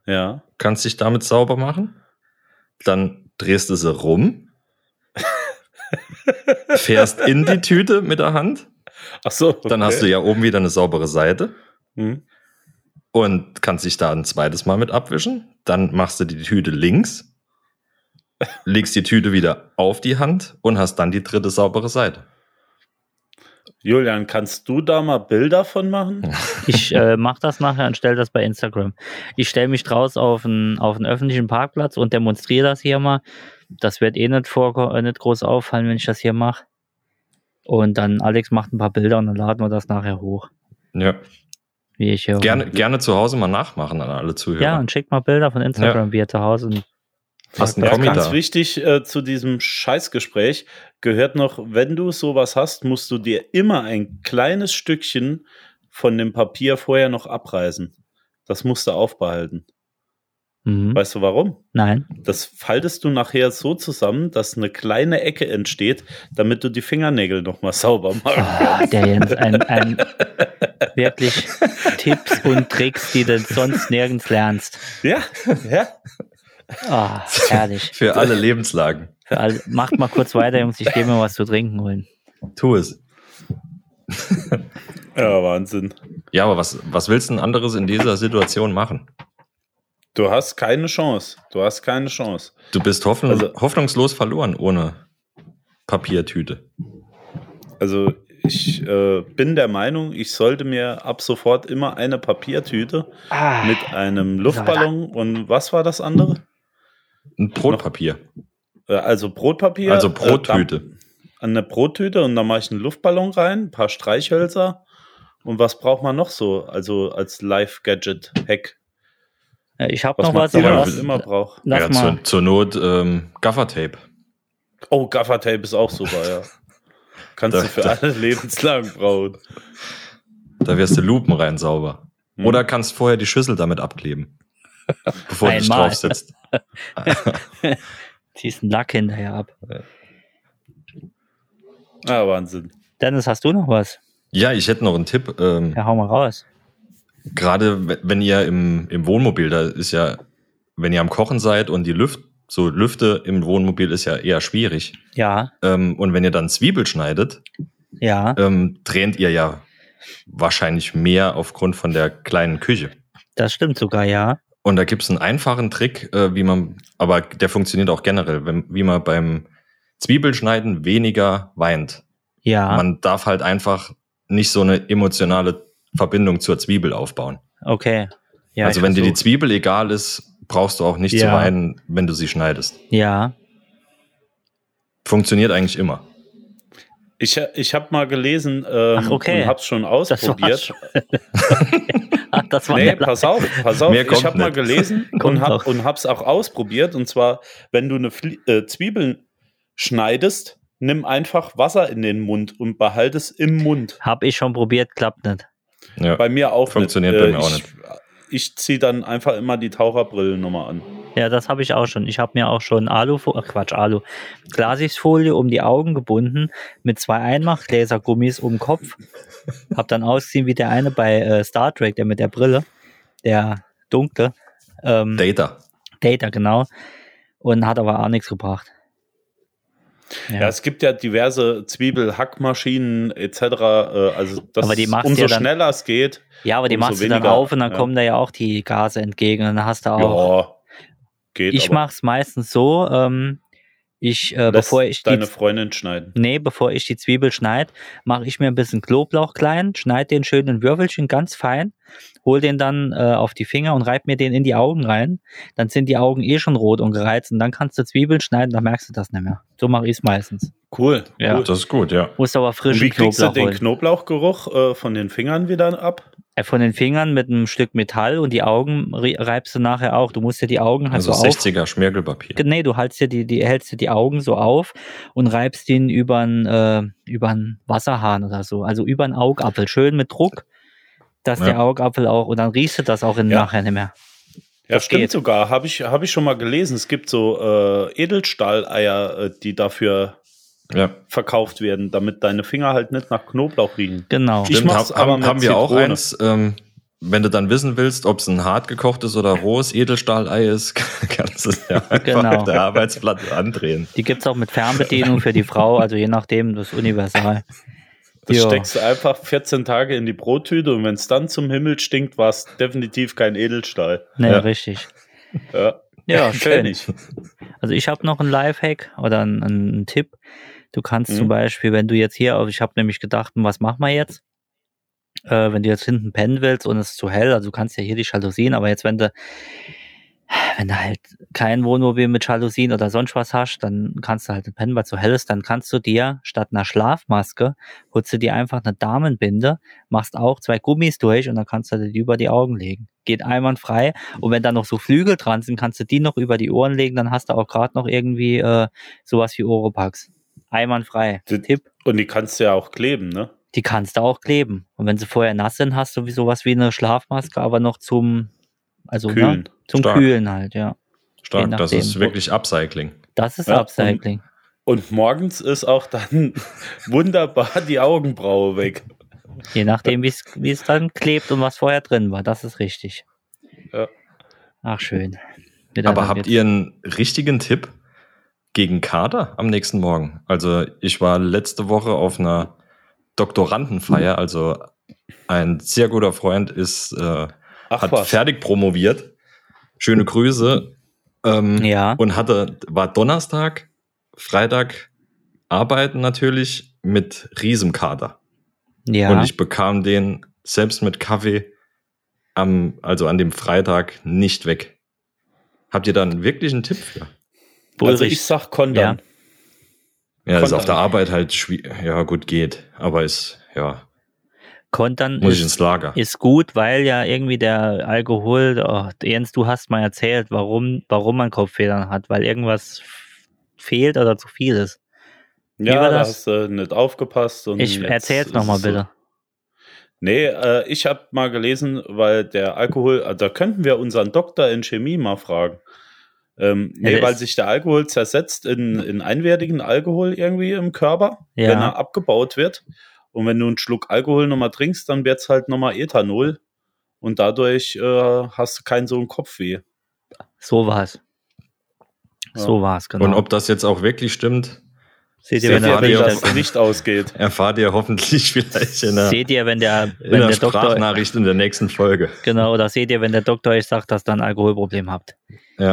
[SPEAKER 4] Ja.
[SPEAKER 6] kannst dich damit sauber machen, dann drehst du sie rum, fährst in die Tüte mit der Hand,
[SPEAKER 4] Ach so. Okay.
[SPEAKER 6] dann hast du ja oben wieder eine saubere Seite
[SPEAKER 4] Hm?
[SPEAKER 6] und kannst dich da ein zweites Mal mit abwischen, dann machst du die Tüte links, legst die Tüte wieder auf die Hand und hast dann die dritte saubere Seite.
[SPEAKER 4] Julian, kannst du da mal Bilder von machen?
[SPEAKER 5] Ich äh, mache das nachher und stelle das bei Instagram. Ich stelle mich draus auf einen, auf einen öffentlichen Parkplatz und demonstriere das hier mal. Das wird eh nicht, vor, äh, nicht groß auffallen, wenn ich das hier mache. Und dann Alex macht ein paar Bilder und dann laden wir das nachher hoch,
[SPEAKER 6] Ja.
[SPEAKER 5] wie ich hier.
[SPEAKER 6] Gerne, gerne zu Hause mal nachmachen an alle Zuhörer.
[SPEAKER 5] Ja, und schickt mal Bilder von Instagram, wie ihr zu Hause. Und
[SPEAKER 6] Hast einen
[SPEAKER 4] Ja,
[SPEAKER 6] Kommi
[SPEAKER 4] ganz
[SPEAKER 6] da.
[SPEAKER 4] wichtig äh, zu diesem Scheißgespräch gehört noch, wenn du sowas hast, musst du dir immer ein kleines Stückchen von dem Papier vorher noch abreißen. Das musst du aufbehalten.
[SPEAKER 5] Mhm.
[SPEAKER 4] Weißt du warum?
[SPEAKER 5] Nein.
[SPEAKER 4] Das faltest du nachher so zusammen, dass eine kleine Ecke entsteht, damit du die Fingernägel nochmal sauber machst.
[SPEAKER 5] Ah, der Jens, ein, ein wirklich Tipps und Tricks, die du sonst nirgends lernst.
[SPEAKER 4] ja, ja.
[SPEAKER 5] Ah, herrlich.
[SPEAKER 6] Für alle Lebenslagen.
[SPEAKER 5] Für alle, macht mal kurz weiter, Jungs, ich gehe mir was zu trinken holen.
[SPEAKER 6] Tu es.
[SPEAKER 4] Ja, Wahnsinn.
[SPEAKER 6] Ja, aber was, was willst du denn anderes in dieser Situation machen?
[SPEAKER 4] Du hast keine Chance. Du hast keine Chance.
[SPEAKER 6] Du bist hoffen,
[SPEAKER 4] Also-
[SPEAKER 6] hoffnungslos verloren ohne Papiertüte.
[SPEAKER 4] Also ich äh, bin der Meinung, ich sollte mir ab sofort immer eine Papiertüte
[SPEAKER 5] Ah,
[SPEAKER 4] mit einem Luftballon und was war das andere?
[SPEAKER 6] Ein Brotpapier.
[SPEAKER 4] Äh, Also Brotpapier.
[SPEAKER 6] also
[SPEAKER 4] Äh,
[SPEAKER 6] Brottüte.
[SPEAKER 4] da- eine Brottüte und dann mache ich einen Luftballon rein, ein paar Streichhölzer. Und was braucht man noch so? Also als Live-Gadget-Hack.
[SPEAKER 5] ich habe
[SPEAKER 4] Was
[SPEAKER 5] noch
[SPEAKER 4] man
[SPEAKER 5] was, aber
[SPEAKER 4] immer,
[SPEAKER 5] lass,
[SPEAKER 4] immer braucht.
[SPEAKER 5] lass
[SPEAKER 6] ja,
[SPEAKER 5] mal.
[SPEAKER 6] zur, zur Not ähm, Gaffertape.
[SPEAKER 4] Oh, Gaffertape ist auch super, ja. Kannst
[SPEAKER 6] Da-
[SPEAKER 4] du für
[SPEAKER 6] da-
[SPEAKER 4] alle Lebenslagen brauchen.
[SPEAKER 6] Da wirst du Lupen rein sauber.
[SPEAKER 4] Hm.
[SPEAKER 6] Oder kannst vorher die Schüssel damit abkleben. bevor du dich
[SPEAKER 5] Einmal.
[SPEAKER 6] draufsetzt.
[SPEAKER 5] Ziehst einen Lack hinterher ab.
[SPEAKER 4] Ah, Wahnsinn.
[SPEAKER 5] Dennis, hast du noch was?
[SPEAKER 6] Ja, ich hätte noch einen Tipp. Ähm,
[SPEAKER 5] Ja, hau mal raus.
[SPEAKER 6] Gerade we- wenn ihr im, im Wohnmobil, da ist ja, wenn ihr am Kochen seid und die Lüft, so Lüfte im Wohnmobil ist ja eher schwierig.
[SPEAKER 5] Ja,
[SPEAKER 6] Ähm, und wenn ihr dann Zwiebel schneidet,
[SPEAKER 5] ja,
[SPEAKER 6] ähm, tränt ihr ja wahrscheinlich mehr aufgrund von der kleinen Küche.
[SPEAKER 5] das stimmt sogar, ja.
[SPEAKER 6] Und da gibt's einen einfachen Trick, äh, wie man, aber der funktioniert auch generell, wenn, wie man beim Zwiebelschneiden weniger weint.
[SPEAKER 5] Ja,
[SPEAKER 6] Man darf halt einfach nicht so eine emotionale Verbindung zur Zwiebel aufbauen.
[SPEAKER 5] okay. Ja,
[SPEAKER 6] also
[SPEAKER 5] ich
[SPEAKER 6] wenn dir die
[SPEAKER 5] versuch.
[SPEAKER 6] Zwiebel egal ist, brauchst du auch nicht zu
[SPEAKER 5] Ja.
[SPEAKER 6] weinen, wenn du sie schneidest.
[SPEAKER 5] Ja,
[SPEAKER 6] Funktioniert eigentlich immer.
[SPEAKER 4] Ich, ich habe mal gelesen ähm,
[SPEAKER 5] Ach, okay.
[SPEAKER 4] und habe es schon
[SPEAKER 5] das
[SPEAKER 4] ausprobiert.
[SPEAKER 5] war's schon. Ah, das war
[SPEAKER 4] Nee,
[SPEAKER 5] der
[SPEAKER 4] pass auf, pass auf.
[SPEAKER 6] Mehr
[SPEAKER 4] Ich
[SPEAKER 6] kommt
[SPEAKER 4] habe mal
[SPEAKER 6] nicht.
[SPEAKER 4] gelesen
[SPEAKER 5] Kommt
[SPEAKER 4] und
[SPEAKER 5] noch.
[SPEAKER 4] hab und hab's auch ausprobiert. Und zwar, wenn du eine Flie äh, Zwiebeln schneidest, nimm einfach Wasser in den Mund und behalte es im Mund.
[SPEAKER 5] Habe ich schon probiert, klappt nicht.
[SPEAKER 6] Ja.
[SPEAKER 4] Bei mir auch
[SPEAKER 6] Funktioniert
[SPEAKER 4] nicht. Äh,
[SPEAKER 6] bei mir auch
[SPEAKER 4] ich, Ich ziehe dann einfach immer die Taucherbrille nochmal an.
[SPEAKER 5] Ja, das habe ich auch schon. Ich habe mir auch schon Alu, ach Quatsch, Alu, Glasigfolie um die Augen gebunden mit zwei Einmachgläsergummis um den Kopf. Hab dann ausgesehen wie der eine bei äh, Star Trek, der mit der Brille, der dunkle. Ähm,
[SPEAKER 6] Data.
[SPEAKER 5] Data, genau. Und hat aber auch nichts gebracht.
[SPEAKER 4] Ja. es gibt ja diverse Zwiebelhackmaschinen etc. Äh, also das
[SPEAKER 5] Aber die machst
[SPEAKER 4] umso
[SPEAKER 5] ja dann-
[SPEAKER 4] schneller es geht.
[SPEAKER 5] Ja, aber die
[SPEAKER 4] Umso
[SPEAKER 5] machst du dann
[SPEAKER 4] weniger,
[SPEAKER 5] auf und dann
[SPEAKER 4] ja.
[SPEAKER 5] kommen da ja auch die Gase entgegen und dann hast du auch.
[SPEAKER 4] Ja, geht.
[SPEAKER 5] ich
[SPEAKER 4] aber
[SPEAKER 5] mache es meistens so, ähm, ich, äh,
[SPEAKER 4] lass
[SPEAKER 5] bevor ich
[SPEAKER 4] deine
[SPEAKER 5] die,
[SPEAKER 4] Freundin schneiden.
[SPEAKER 5] nee, bevor ich die Zwiebel schneide, mache ich mir ein bisschen Knoblauch klein, schneide den schön in Würfelchen ganz fein, hol den dann äh, auf die Finger und reib mir den in die Augen rein. Dann sind die Augen eh schon rot und gereizt und dann kannst du Zwiebeln schneiden, dann merkst du das nicht mehr. So mache ich es meistens.
[SPEAKER 4] Cool.
[SPEAKER 6] Ja,
[SPEAKER 4] cool.
[SPEAKER 6] das ist gut, ja.
[SPEAKER 5] Musst aber
[SPEAKER 4] Und
[SPEAKER 5] frischen
[SPEAKER 4] wie kriegst du
[SPEAKER 5] Knoblauch
[SPEAKER 4] den
[SPEAKER 5] holen.
[SPEAKER 4] Knoblauchgeruch äh, von den Fingern wieder ab?
[SPEAKER 5] Äh, Von den Fingern mit einem Stück Metall und die Augen re- reibst du nachher auch. Du musst dir die Augen halt
[SPEAKER 6] Also
[SPEAKER 5] so auf.
[SPEAKER 6] 60er Schmirgelpapier.
[SPEAKER 5] Nee, du hältst dir die, die, hältst dir die Augen so auf und reibst ihn über einen äh, übern Wasserhahn oder so. Also über einen Augapfel. Schön mit Druck, dass
[SPEAKER 6] Ja.
[SPEAKER 5] der Augapfel auch. Und dann riechst du das auch in
[SPEAKER 4] Ja.
[SPEAKER 5] nachher nicht mehr.
[SPEAKER 4] Ja,
[SPEAKER 5] Das
[SPEAKER 4] stimmt
[SPEAKER 5] geht.
[SPEAKER 4] sogar. Habe ich, hab ich schon mal gelesen. Es gibt so äh, Edelstahleier, äh, die dafür
[SPEAKER 6] Ja.
[SPEAKER 4] verkauft werden, damit deine Finger halt nicht nach Knoblauch riechen.
[SPEAKER 5] Genau.
[SPEAKER 4] Ich
[SPEAKER 6] Stimmt,
[SPEAKER 4] mach's
[SPEAKER 6] hab-
[SPEAKER 4] aber
[SPEAKER 6] haben,
[SPEAKER 4] mit
[SPEAKER 6] haben wir auch
[SPEAKER 4] Zitrone.
[SPEAKER 6] eins. Ähm, wenn du dann wissen willst, ob es ein hart gekochtes oder rohes Edelstahlei ist, kannst du es ja einfach
[SPEAKER 5] Genau.
[SPEAKER 6] auf der Arbeitsplatte andrehen.
[SPEAKER 5] Die gibt es auch mit Fernbedienung für die Frau. Also je nachdem, das ist universal.
[SPEAKER 4] Das
[SPEAKER 5] Ja.
[SPEAKER 4] steckst du einfach 14 Tage in die Brottüte und wenn es dann zum Himmel stinkt, war es definitiv kein Edelstahl.
[SPEAKER 5] Nee,
[SPEAKER 6] Ja.
[SPEAKER 5] richtig.
[SPEAKER 4] Ja,
[SPEAKER 5] Ja,
[SPEAKER 4] kenn
[SPEAKER 5] schön.
[SPEAKER 4] Ich.
[SPEAKER 5] Also ich habe noch einen Lifehack oder einen, einen Tipp. Du kannst
[SPEAKER 4] Mhm.
[SPEAKER 5] zum Beispiel, wenn du jetzt hier, auf- ich habe nämlich gedacht, was machen wir jetzt? Äh, wenn du jetzt hinten pennen willst und es ist zu hell, also du kannst ja hier die Jalousien, aber jetzt wenn du, wenn du halt kein Wohnmobil mit Jalousien oder sonst was hast, dann kannst du halt nicht pennen, weil es zu hell ist, dann kannst du dir statt einer Schlafmaske, holst du dir einfach eine Damenbinde, machst auch zwei Gummis durch und dann kannst du dir die über die Augen legen. Geht einwandfrei und wenn da noch so Flügel dran sind, kannst du die noch über die Ohren legen, dann hast du auch gerade noch irgendwie äh, sowas wie Oropax. Einwandfrei.
[SPEAKER 4] Die-
[SPEAKER 5] Tipp.
[SPEAKER 4] Und die kannst du ja auch kleben, ne?
[SPEAKER 5] Die kannst du auch kleben. Und wenn sie vorher nass sind, hast du wie sowas wie eine Schlafmaske, aber noch zum Also
[SPEAKER 4] Kühlen.
[SPEAKER 5] Ne? zum
[SPEAKER 6] Stark.
[SPEAKER 5] Kühlen halt, ja.
[SPEAKER 6] Stark,
[SPEAKER 5] Je
[SPEAKER 6] das
[SPEAKER 5] nachdem.
[SPEAKER 6] ist wirklich Upcycling.
[SPEAKER 5] Das ist
[SPEAKER 4] Ja,
[SPEAKER 5] Upcycling.
[SPEAKER 4] Und morgens ist auch dann wunderbar die Augenbraue weg.
[SPEAKER 5] Je nachdem, wie es wie es dann klebt und was vorher drin war. Das ist richtig.
[SPEAKER 4] Ja.
[SPEAKER 5] Ach, schön. Wieder
[SPEAKER 6] Aber
[SPEAKER 5] dann
[SPEAKER 6] habt
[SPEAKER 5] jetzt-
[SPEAKER 6] ihr einen richtigen Tipp gegen Kater am nächsten Morgen? Also ich war letzte Woche auf einer Doktorandenfeier, also ein sehr guter Freund ist, äh,
[SPEAKER 4] Ach
[SPEAKER 6] hat
[SPEAKER 4] was.
[SPEAKER 6] fertig promoviert. Schöne Grüße. Ähm,
[SPEAKER 5] Ja.
[SPEAKER 6] Und hatte, war Donnerstag, Freitag arbeiten natürlich mit Riesenkater.
[SPEAKER 5] Ja.
[SPEAKER 6] Und ich bekam den selbst mit Kaffee am, also an dem Freitag nicht weg. Habt ihr dann wirklich einen Tipp für?
[SPEAKER 4] Also
[SPEAKER 5] Ulrich.
[SPEAKER 4] ich sag Kondom.
[SPEAKER 6] Ja, ist auf
[SPEAKER 4] Kontern.
[SPEAKER 6] der Arbeit halt schwierig. Ja, gut, geht. Aber ist, ja,
[SPEAKER 5] Kontern
[SPEAKER 6] muss ich
[SPEAKER 5] ist
[SPEAKER 6] ins Lager.
[SPEAKER 5] Ist gut, weil ja irgendwie der Alkohol, oh, Jens, du hast mal erzählt, warum, warum man Kopffedern hat, weil irgendwas f- fehlt oder zu viel ist. Wie
[SPEAKER 4] Ja,
[SPEAKER 5] war
[SPEAKER 4] da
[SPEAKER 5] das?
[SPEAKER 4] hast du nicht aufgepasst. Und
[SPEAKER 5] Ich
[SPEAKER 4] jetzt
[SPEAKER 5] erzähl's
[SPEAKER 4] ist
[SPEAKER 5] nochmal
[SPEAKER 4] es so.
[SPEAKER 5] bitte.
[SPEAKER 4] Nee, äh, ich habe mal gelesen, weil der Alkohol, äh, da könnten wir unseren Doktor in Chemie mal fragen. Ähm, nee,
[SPEAKER 5] der
[SPEAKER 4] weil
[SPEAKER 5] ist-
[SPEAKER 4] sich der Alkohol zersetzt in, in einwertigen Alkohol irgendwie im Körper,
[SPEAKER 5] Ja.
[SPEAKER 4] wenn er abgebaut wird. Und wenn du einen Schluck Alkohol nochmal trinkst, dann wird's halt nochmal Ethanol. Und dadurch äh, hast du keinen so einen Kopfweh.
[SPEAKER 5] So war's. So war's, genau.
[SPEAKER 6] Und ob das jetzt auch wirklich stimmt,
[SPEAKER 5] seht, ihr,
[SPEAKER 6] sehr
[SPEAKER 5] wenn der,
[SPEAKER 6] viel
[SPEAKER 5] wenn
[SPEAKER 6] Radio-
[SPEAKER 5] der,
[SPEAKER 4] das nicht ausgeht.
[SPEAKER 6] erfahrt ihr hoffentlich vielleicht in der,
[SPEAKER 5] seht ihr, wenn der,
[SPEAKER 6] in
[SPEAKER 5] wenn
[SPEAKER 6] der
[SPEAKER 5] der Doktor,
[SPEAKER 6] Sprachnachricht in der nächsten Folge.
[SPEAKER 5] genau, oder seht ihr, wenn der Doktor euch sagt, dass ihr ein Alkoholproblem habt.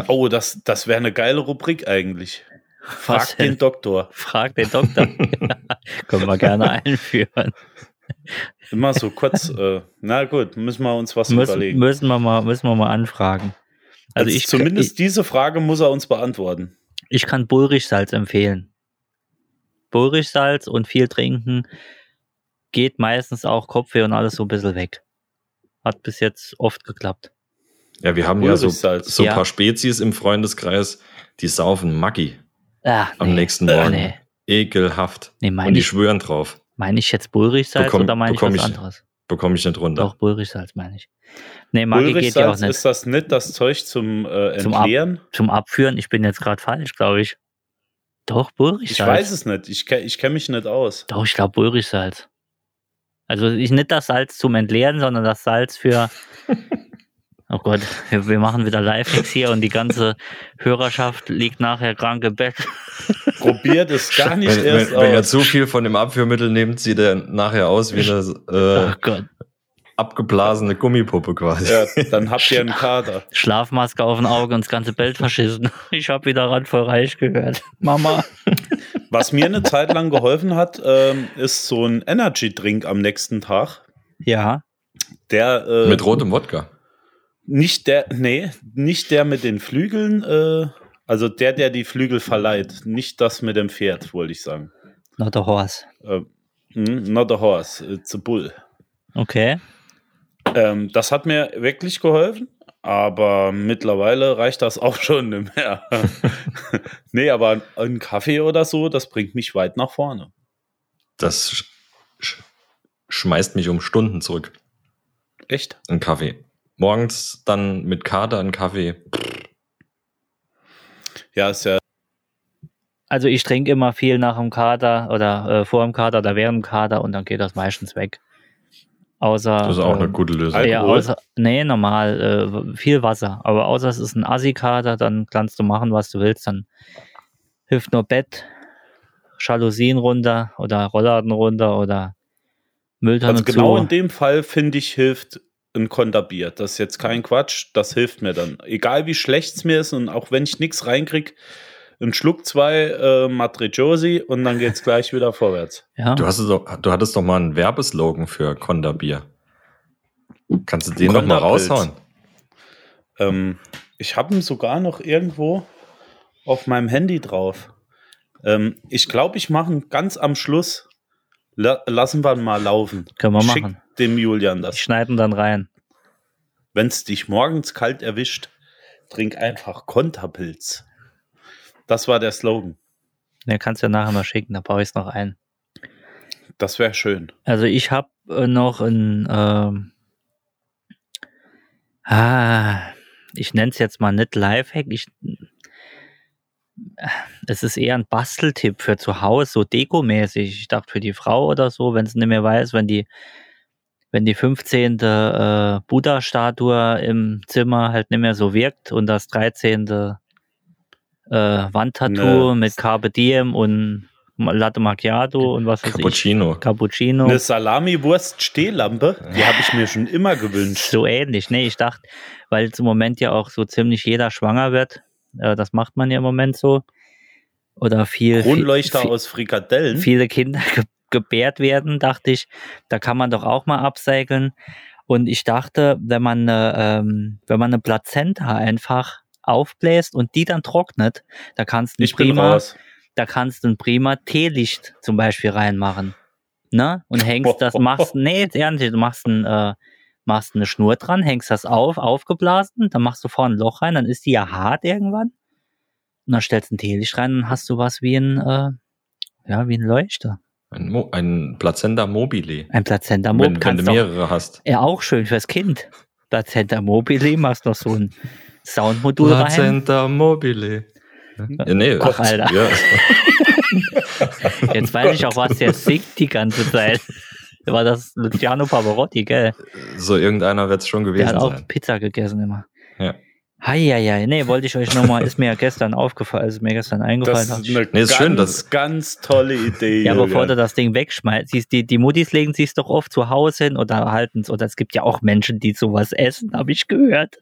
[SPEAKER 4] Oh, das, das wäre eine geile Rubrik eigentlich. Frag
[SPEAKER 5] Was
[SPEAKER 4] den
[SPEAKER 5] denn?
[SPEAKER 4] Doktor.
[SPEAKER 5] Frag den Doktor. Können wir gerne einführen.
[SPEAKER 4] Immer so kurz. äh, na gut, müssen wir uns was
[SPEAKER 5] Müssen,
[SPEAKER 4] überlegen.
[SPEAKER 5] müssen wir mal, müssen wir mal anfragen. Also, ich,
[SPEAKER 4] zumindest diese Frage muss er uns beantworten.
[SPEAKER 5] Ich kann Bullrichsalz empfehlen. Bullrichsalz und viel trinken geht meistens auch Kopfweh und alles so ein bisschen weg. Hat bis jetzt oft geklappt.
[SPEAKER 6] Ja, wir haben ja so,
[SPEAKER 4] Ulrichsalz.
[SPEAKER 6] so ein
[SPEAKER 5] Ja.
[SPEAKER 6] paar Spezies im Freundeskreis, die saufen Maggi
[SPEAKER 5] Ah,
[SPEAKER 6] am
[SPEAKER 5] nee.
[SPEAKER 6] nächsten Morgen.
[SPEAKER 5] Nee,
[SPEAKER 6] Ekelhaft.
[SPEAKER 5] nee meine
[SPEAKER 6] Und die
[SPEAKER 5] ich,
[SPEAKER 6] schwören drauf.
[SPEAKER 5] mein ich jetzt Bullrichsalz
[SPEAKER 6] Bekomm-
[SPEAKER 5] oder meine ich was
[SPEAKER 6] bekomm ich-
[SPEAKER 5] anderes?
[SPEAKER 6] Bekomme ich nicht runter.
[SPEAKER 5] Doch, Bullrichsalz meine ich. Nee, Maggi geht ja auch
[SPEAKER 4] Ulrichsalz
[SPEAKER 5] nicht.
[SPEAKER 4] ist das nicht das Zeug zum äh,
[SPEAKER 5] Zum Ab-
[SPEAKER 4] Entleeren?
[SPEAKER 5] Zum Abführen, ich bin jetzt gerade falsch, glaube ich. Doch,
[SPEAKER 4] ich
[SPEAKER 5] Bullrichsalz.
[SPEAKER 4] weiß es nicht. Ich, ke- ich kenne mich nicht aus.
[SPEAKER 5] Doch, ich glaube Ulrichsalz. Also ich, nicht das Salz zum Entleeren, sondern das Salz für. Oh Gott, wir, wir machen wieder Live hier und die ganze Hörerschaft liegt nachher krank im Bett.
[SPEAKER 4] Probiert es gar nicht
[SPEAKER 6] wenn,
[SPEAKER 4] erst
[SPEAKER 6] wenn, wenn ihr
[SPEAKER 4] aus.
[SPEAKER 6] zu viel von dem Abführmittel nehmt, sieht er nachher aus wie
[SPEAKER 5] Oh
[SPEAKER 6] eine äh,
[SPEAKER 5] Gott.
[SPEAKER 6] abgeblasene Gummipuppe quasi.
[SPEAKER 4] Ja, dann habt ihr einen Kater.
[SPEAKER 5] Schlafmaske auf dem Auge und das ganze Bild verschissen. Ich habe wieder randvoll reich gehört. Mama.
[SPEAKER 4] Was mir eine Zeit lang geholfen hat, ähm, ist so ein Energy-Drink am nächsten Tag.
[SPEAKER 5] Ja.
[SPEAKER 4] Der, äh,
[SPEAKER 6] Mit rotem Wodka.
[SPEAKER 4] Nicht der, nee, nicht der mit den Flügeln, äh, also der, der die Flügel verleiht. Nicht das mit dem Pferd, wollte ich sagen.
[SPEAKER 5] Not a horse.
[SPEAKER 4] Äh, mm, not a horse, it's a bull.
[SPEAKER 5] Okay.
[SPEAKER 4] Ähm, das hat mir wirklich geholfen, aber mittlerweile reicht das auch schon nicht mehr. nee, aber ein Kaffee oder so, das bringt mich weit nach vorne.
[SPEAKER 6] Das sch sch schmeißt mich um Stunden zurück.
[SPEAKER 4] Echt?
[SPEAKER 6] Ein Kaffee. Morgens dann mit Kater einen Kaffee.
[SPEAKER 4] Ja, ist ja
[SPEAKER 5] Also ich trinke immer viel nach dem Kater oder äh, vor dem Kater oder während dem Kater und dann geht das meistens weg. Außer.
[SPEAKER 6] Das ist auch
[SPEAKER 5] ähm,
[SPEAKER 6] eine gute Lösung.
[SPEAKER 4] Alkohol?
[SPEAKER 5] Ja, außer, nee, normal, äh, viel Wasser. Aber außer es ist ein Assi-Kater, dann kannst du machen, was du willst. Dann hilft nur Bett, Jalousien runter oder Rollladen runter oder Mülltonne
[SPEAKER 4] Also genau
[SPEAKER 5] zu.
[SPEAKER 4] in dem Fall, finde ich, hilft ein Konterbier. Das ist jetzt kein Quatsch, das hilft mir dann. Egal wie schlecht es mir ist und auch wenn ich nichts reinkrieg, ein Schluck zwei äh, Matriciosi und dann geht's gleich wieder vorwärts.
[SPEAKER 5] ja.
[SPEAKER 6] Du, hast es doch, du hattest doch mal einen Werbeslogan für Konterbier. Kannst du den nochmal
[SPEAKER 4] Konterpilz.
[SPEAKER 6] raushauen?
[SPEAKER 4] Ähm, ich habe ihn sogar noch irgendwo auf meinem Handy drauf. Ähm, ich glaube, ich mache ihn ganz am Schluss. La lassen wir ihn mal laufen.
[SPEAKER 5] Können wir
[SPEAKER 4] Schick
[SPEAKER 5] machen.
[SPEAKER 4] dem Julian das.
[SPEAKER 5] Ich schneide ihn dann rein.
[SPEAKER 4] Wenn es dich morgens kalt erwischt, trink einfach Konterpilz. Das war der Slogan.
[SPEAKER 5] Den kannst du ja nachher mal schicken, da baue ich es noch ein.
[SPEAKER 4] Das wäre schön.
[SPEAKER 5] Also ich habe äh, noch ein ähm, ah, ich nenne es jetzt mal nicht Lifehack, ich, es ist eher ein Basteltipp für zu Hause, so dekomäßig. Ich dachte für die Frau oder so, wenn es nicht mehr weiß, wenn die, wenn die 15. äh, Buddha-Statue im Zimmer halt nicht mehr so wirkt und das 13. Äh, Wandtattoo
[SPEAKER 4] Ne.
[SPEAKER 5] mit Carpe Diem und Latte Macchiato und was weiß ich.
[SPEAKER 6] Cappuccino.
[SPEAKER 5] Cappuccino.
[SPEAKER 4] Eine Salami-Wurst-Stehlampe, die habe ich mir schon immer gewünscht.
[SPEAKER 5] So ähnlich, ne? Ich dachte, weil jetzt im Moment ja auch so ziemlich jeder schwanger wird. Äh, das macht man ja im Moment so. Oder viel.
[SPEAKER 4] Kronleuchter
[SPEAKER 5] viel,
[SPEAKER 4] aus Frikadellen.
[SPEAKER 5] Viele Kinder ge gebärt werden, dachte ich. Da kann man doch auch mal absägeln. Und ich dachte, wenn man eine, ähm, wenn man eine Plazenta einfach aufbläst und die dann trocknet, da kannst du
[SPEAKER 4] ich bin raus.
[SPEAKER 5] da kannst du ein prima Teelicht zum Beispiel reinmachen. Ne? Und hängst das, machst, nee, jetzt ehrlich, du machst, ein, äh, machst eine Schnur dran, hängst das auf, aufgeblasen, dann machst du vorne ein Loch rein, dann ist die ja hart irgendwann. Und dann stellst du ein Teelicht rein und hast du was wie ein, äh, ja, wie ein Leuchter.
[SPEAKER 6] Ein, Mo ein Plazenta Mobile.
[SPEAKER 5] Ein Plazenta Mob
[SPEAKER 6] Wenn, wenn du
[SPEAKER 5] kannst du auch,
[SPEAKER 6] mehrere hast.
[SPEAKER 5] ja, auch schön fürs Kind. Plazenta Mobile, machst noch so ein Soundmodul rein.
[SPEAKER 6] Plazenta Mobile. Ja, nee,
[SPEAKER 5] Ach, Alter.
[SPEAKER 6] Ja.
[SPEAKER 5] Jetzt weiß ich auch, was der singt die ganze Zeit. War das Luciano Pavarotti, gell?
[SPEAKER 6] So irgendeiner wird es schon
[SPEAKER 5] Der hat
[SPEAKER 6] gewesen
[SPEAKER 5] auch
[SPEAKER 6] sein.
[SPEAKER 5] Pizza gegessen immer.
[SPEAKER 6] Ja.
[SPEAKER 5] Heieiei, nee, wollte ich euch nochmal, ist mir ja gestern aufgefallen, also ist mir gestern
[SPEAKER 4] Das
[SPEAKER 5] eingefallen. dachte
[SPEAKER 4] ist
[SPEAKER 5] ich,
[SPEAKER 4] eine
[SPEAKER 6] Nee, ist
[SPEAKER 4] ganz,
[SPEAKER 6] schön, dass-
[SPEAKER 4] ganz tolle Idee.
[SPEAKER 5] ja, bevor
[SPEAKER 4] Julian.
[SPEAKER 5] du das Ding wegschmeißt, siehst, die, die Muttis legen sich doch oft zu Hause hin oder halten es, oder es gibt ja auch Menschen, die sowas essen, habe ich gehört.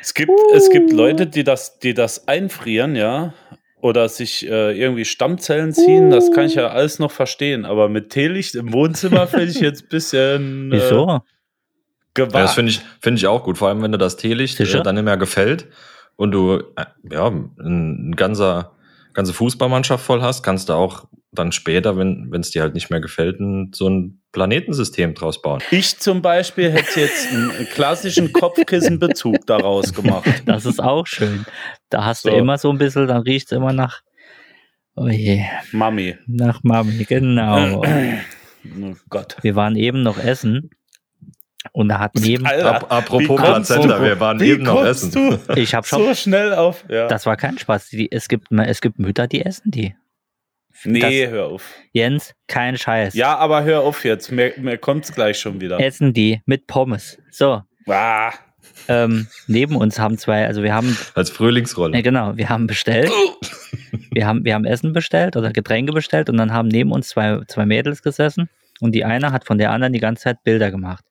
[SPEAKER 4] Es gibt, es gibt Leute, die das, die das einfrieren, ja. Oder sich äh, irgendwie Stammzellen ziehen, das kann ich ja alles noch verstehen. Aber mit Teelicht im Wohnzimmer finde ich jetzt ein bisschen äh,
[SPEAKER 5] Wieso?
[SPEAKER 6] Ja, das
[SPEAKER 4] gewagt.
[SPEAKER 6] finde ich, finde ich auch gut. Vor allem, wenn dir das Teelicht
[SPEAKER 5] Sicher?
[SPEAKER 6] äh, dann nicht mehr gefällt und du äh, ja, ein ganzer, ganze Fußballmannschaft voll hast, kannst du auch dann später, wenn es dir halt nicht mehr gefällt, ein, so ein Planetensystem draus bauen.
[SPEAKER 4] ich zum Beispiel hätte jetzt einen klassischen Kopfkissenbezug daraus gemacht.
[SPEAKER 5] Das ist auch schön. Da hast
[SPEAKER 4] So.
[SPEAKER 5] du immer so ein bisschen, dann riecht es immer nach, oh je,
[SPEAKER 4] Mami.
[SPEAKER 5] nach Mami, genau.
[SPEAKER 4] Oh Gott.
[SPEAKER 5] Wir waren eben noch essen und da hat neben,
[SPEAKER 4] Alter,
[SPEAKER 6] Ap apropos
[SPEAKER 4] wie kommst
[SPEAKER 6] Plazenta,
[SPEAKER 4] du-
[SPEAKER 6] wir waren
[SPEAKER 4] wie
[SPEAKER 6] eben noch
[SPEAKER 4] kommst
[SPEAKER 6] essen.
[SPEAKER 4] Du
[SPEAKER 5] ich habe schon
[SPEAKER 4] so schnell auf. Ja.
[SPEAKER 5] Das war kein Spaß. Die, es, gibt, es gibt Mütter, die essen die.
[SPEAKER 4] nee, hör auf.
[SPEAKER 5] Jens, kein Scheiß.
[SPEAKER 4] Ja, aber hör auf jetzt. Mir, mir kommt es gleich schon wieder.
[SPEAKER 5] Essen die mit Pommes. So,
[SPEAKER 4] Ah,
[SPEAKER 5] ähm, neben uns haben zwei, also wir haben,
[SPEAKER 6] Als Frühlingsrolle.
[SPEAKER 5] ne, genau, wir haben bestellt. Wir haben, wir haben Essen bestellt oder Getränke bestellt und dann haben neben uns zwei, zwei Mädels gesessen und die eine hat von der anderen die ganze Zeit Bilder gemacht.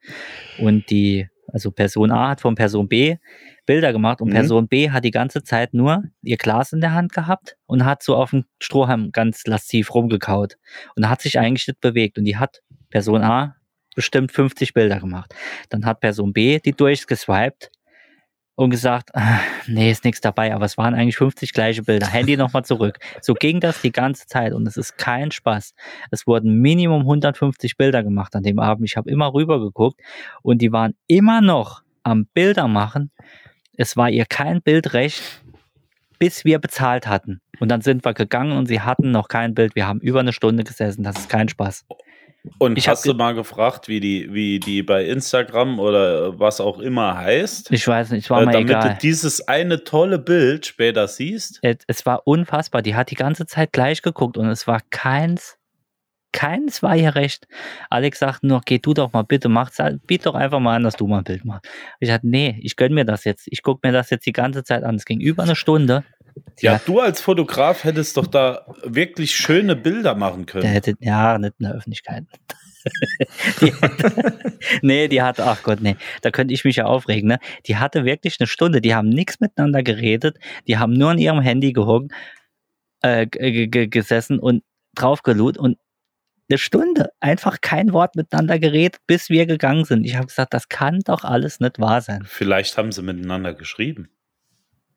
[SPEAKER 5] Und die, also Person A hat von Person B Bilder gemacht und
[SPEAKER 4] Mhm.
[SPEAKER 5] Person B hat die ganze Zeit nur ihr Glas in der Hand gehabt und hat so auf dem Strohhalm ganz lasziv rumgekaut und hat sich eigentlich nicht bewegt und die hat Person A bestimmt 50 Bilder gemacht. Dann hat Person B die durchgeswiped und gesagt, "Ah, nee, ist nichts dabei, aber es waren eigentlich 50 gleiche Bilder. Handy nochmal zurück. So ging das die ganze Zeit und es ist kein Spaß. Es wurden Minimum 150 Bilder gemacht an dem Abend. Ich habe immer rüber geguckt und die waren immer noch am Bilder machen. Es war ihr kein Bild recht, bis wir bezahlt hatten. Und dann sind wir gegangen und sie hatten noch kein Bild. Wir haben über eine Stunde gesessen. Das ist kein Spaß.
[SPEAKER 4] Und
[SPEAKER 5] Ich hab
[SPEAKER 4] hast du
[SPEAKER 5] ge-
[SPEAKER 4] mal gefragt, wie die, wie die bei Instagram oder was auch immer heißt?
[SPEAKER 5] Ich weiß nicht, es war
[SPEAKER 4] Äh,
[SPEAKER 5] mir
[SPEAKER 4] damit
[SPEAKER 5] egal.
[SPEAKER 4] du dieses eine tolle Bild später siehst.
[SPEAKER 5] Es- es war unfassbar. Die hat die ganze Zeit gleich geguckt und es war keins, keins war ihr recht. Alex sagt nur, geh du doch mal bitte, mach's, halt- biet doch einfach mal an, dass du mal ein Bild machst. Ich sagte, nee, ich gönn mir das jetzt. Ich guck mir das jetzt die ganze Zeit an. Es ging über eine Stunde.
[SPEAKER 4] Ja,
[SPEAKER 5] Ja.
[SPEAKER 4] du als Fotograf hättest doch da wirklich schöne Bilder machen
[SPEAKER 5] Der
[SPEAKER 4] können.
[SPEAKER 5] hätte, ja, nicht in der Öffentlichkeit. die, nee, die hatte, ach Gott, nee, da könnte ich mich ja aufregen, ne? Die hatte wirklich eine Stunde, die haben nichts miteinander geredet, die haben nur an ihrem Handy gehockt, äh, g- g- gesessen und draufgelut und eine Stunde, einfach kein Wort miteinander geredet, bis wir gegangen sind. Ich habe gesagt, das kann doch alles nicht wahr sein.
[SPEAKER 4] Vielleicht haben sie miteinander geschrieben.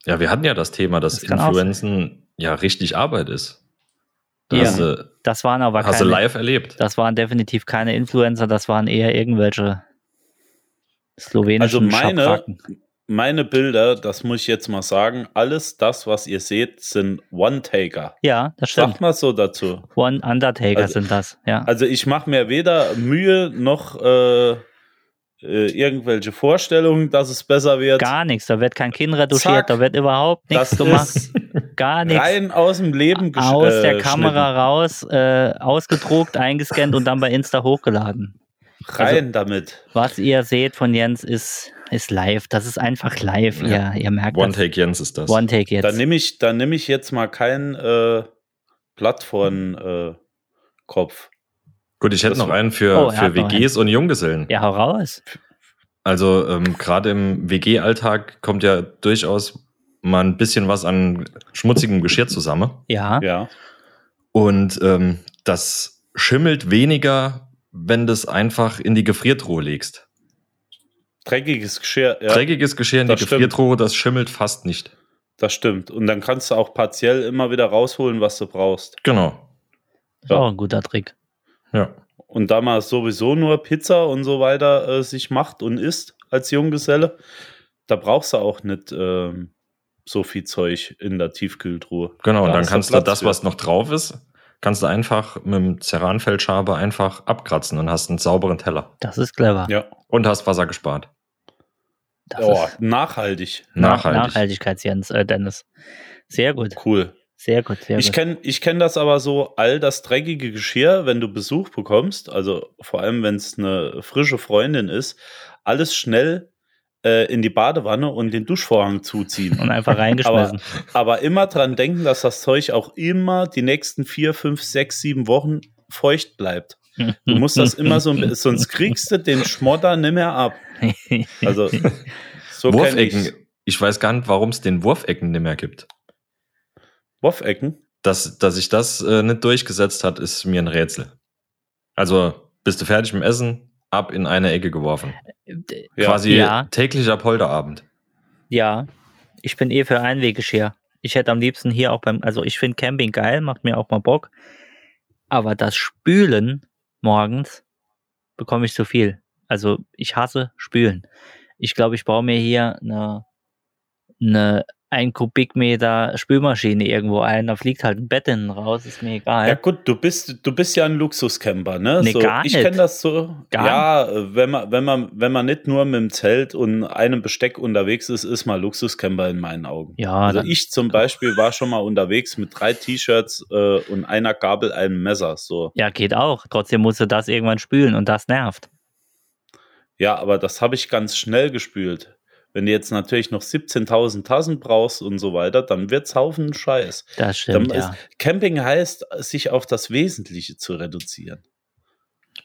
[SPEAKER 6] Ja, wir hatten ja das Thema, dass
[SPEAKER 5] Das kann auch sein.
[SPEAKER 6] Influenzen ja richtig Arbeit ist. Da
[SPEAKER 5] Ja.
[SPEAKER 6] hast du,
[SPEAKER 5] Das waren aber
[SPEAKER 4] Also
[SPEAKER 6] hast du
[SPEAKER 5] keine,
[SPEAKER 6] live erlebt.
[SPEAKER 5] das waren definitiv keine Influencer, das waren eher irgendwelche
[SPEAKER 4] Also
[SPEAKER 5] slowenischen
[SPEAKER 4] meine-
[SPEAKER 5] Schabracken.
[SPEAKER 4] Meine Bilder, das muss ich jetzt mal sagen, alles das, was ihr seht, sind One-Taker.
[SPEAKER 5] Ja, das
[SPEAKER 4] Sag
[SPEAKER 5] stimmt.
[SPEAKER 4] mal so dazu.
[SPEAKER 5] One Undertaker
[SPEAKER 4] Also-
[SPEAKER 5] sind das, ja.
[SPEAKER 4] Also ich mache mir weder Mühe noch äh, äh, irgendwelche Vorstellungen, dass es besser wird.
[SPEAKER 5] Gar nichts, da wird kein Kind retuschiert,
[SPEAKER 4] Zack.
[SPEAKER 5] da wird überhaupt nichts
[SPEAKER 4] das
[SPEAKER 5] gemacht.
[SPEAKER 4] ist
[SPEAKER 5] Gar nichts.
[SPEAKER 4] rein aus dem Leben gesch-
[SPEAKER 5] Aus
[SPEAKER 4] äh,
[SPEAKER 5] der Kamera raus, äh, ausgedruckt, eingescannt und dann bei Insta hochgeladen.
[SPEAKER 4] geschnitten. Rein
[SPEAKER 5] Also
[SPEAKER 4] damit.
[SPEAKER 5] Was ihr seht von Jens ist, ist live. Das ist einfach live.
[SPEAKER 6] Ja.
[SPEAKER 5] Ihr, ihr merkt
[SPEAKER 6] One
[SPEAKER 5] das.
[SPEAKER 6] Take Jens ist das.
[SPEAKER 5] One Take jetzt.
[SPEAKER 4] Dann nehme ich, dann nehm ich jetzt mal kein äh, Blatt vor den, äh, Kopf.
[SPEAKER 6] Gut, ich hätte
[SPEAKER 4] Das-
[SPEAKER 6] noch einen für,
[SPEAKER 5] Oh, er
[SPEAKER 6] für
[SPEAKER 5] hat noch
[SPEAKER 6] WGs und Junggesellen.
[SPEAKER 5] ja, hau raus.
[SPEAKER 6] Also ähm, gerade im WG-Alltag kommt ja durchaus mal ein bisschen was an schmutzigem Geschirr zusammen.
[SPEAKER 5] Ja.
[SPEAKER 4] Ja.
[SPEAKER 6] Und ähm, das schimmelt weniger, wenn du es einfach in die Gefriertruhe legst.
[SPEAKER 4] Dreckiges Geschirr. Ja,
[SPEAKER 6] Dreckiges Geschirr in die
[SPEAKER 4] das stimmt.
[SPEAKER 6] Gefriertruhe, das schimmelt fast nicht.
[SPEAKER 4] das stimmt. Und dann kannst du auch partiell immer wieder rausholen, was du brauchst.
[SPEAKER 6] Genau.
[SPEAKER 5] Ist auch ein guter Trick.
[SPEAKER 6] Ja.
[SPEAKER 4] Und da man sowieso nur Pizza und so weiter äh, sich macht und isst als Junggeselle, da brauchst du auch nicht ähm, so viel Zeug in der Tiefkühltruhe.
[SPEAKER 6] Genau, und
[SPEAKER 4] Da
[SPEAKER 6] dann
[SPEAKER 4] ist
[SPEAKER 6] kannst du
[SPEAKER 4] Platz
[SPEAKER 6] das,
[SPEAKER 4] für.
[SPEAKER 6] was noch drauf ist, kannst du einfach mit dem Ceranfeldschaber einfach abkratzen und hast einen sauberen Teller.
[SPEAKER 5] Das ist clever.
[SPEAKER 4] Ja,
[SPEAKER 6] Und hast Wasser gespart.
[SPEAKER 5] Das
[SPEAKER 4] oh,
[SPEAKER 5] ist
[SPEAKER 4] nachhaltig.
[SPEAKER 6] Nachhaltig.
[SPEAKER 5] Nachhaltigkeits-Jens, äh, Dennis. Sehr gut.
[SPEAKER 4] Cool.
[SPEAKER 5] Sehr gut, sehr
[SPEAKER 4] Ich
[SPEAKER 5] gut.
[SPEAKER 4] kenne ich kenn das aber so, all das dreckige Geschirr, wenn du Besuch bekommst, also vor allem, wenn es eine frische Freundin ist, alles schnell äh, in die Badewanne und den Duschvorhang zuziehen.
[SPEAKER 5] Und einfach reingeschmissen.
[SPEAKER 4] Aber immer dran denken, dass das Zeug auch immer die nächsten vier, fünf, sechs, sieben Wochen feucht bleibt. Du musst das immer so, ein bi- sonst kriegst du den Schmodder nicht mehr ab. Also, so kenne ich
[SPEAKER 6] Wurfecken. Ich weiß gar nicht, warum es den Wurfecken nicht mehr gibt.
[SPEAKER 4] Wurfecken.
[SPEAKER 6] Dass, dass sich das äh, nicht durchgesetzt hat, ist mir ein Rätsel. Also, bist du fertig mit dem Essen? Ab in eine Ecke geworfen.
[SPEAKER 4] Ja.
[SPEAKER 6] Quasi
[SPEAKER 5] Ja.
[SPEAKER 6] täglicher Polterabend.
[SPEAKER 5] ja, ich bin eh für Einweggeschirr. Ich hätte am liebsten hier auch beim, also ich finde Camping geil, macht mir auch mal Bock. Aber das Spülen morgens bekomme ich zu viel. Also ich hasse Spülen. Ich glaube, ich baue mir hier eine, eine ein Kubikmeter Spülmaschine irgendwo ein. Da fliegt halt ein Bett hinten raus, ist mir egal.
[SPEAKER 4] Ja gut, du bist, du bist ja ein Luxuscamper, ne?
[SPEAKER 5] Nee,
[SPEAKER 4] so,
[SPEAKER 5] gar
[SPEAKER 4] ich
[SPEAKER 5] nicht.
[SPEAKER 4] kenne das so.
[SPEAKER 5] Gar
[SPEAKER 4] ja, äh, wenn man, wenn man, wenn man nicht nur mit dem Zelt und einem Besteck unterwegs ist, ist man Luxuscamper in meinen Augen.
[SPEAKER 5] Ja,
[SPEAKER 4] also
[SPEAKER 5] Ah, dann-
[SPEAKER 4] ich zum Beispiel war schon mal unterwegs mit drei T-Shirts äh, und einer Gabel, einem Messer. So.
[SPEAKER 5] Ja, geht auch. Trotzdem musst du das irgendwann spülen und das nervt.
[SPEAKER 4] Ja, aber das habe ich ganz schnell gespült. Wenn du jetzt natürlich noch 17.000 Tassen brauchst und so weiter, dann wird's Haufen Scheiß.
[SPEAKER 5] Das stimmt,
[SPEAKER 4] dann
[SPEAKER 5] ja.
[SPEAKER 4] ist, Camping heißt, sich auf das Wesentliche zu reduzieren.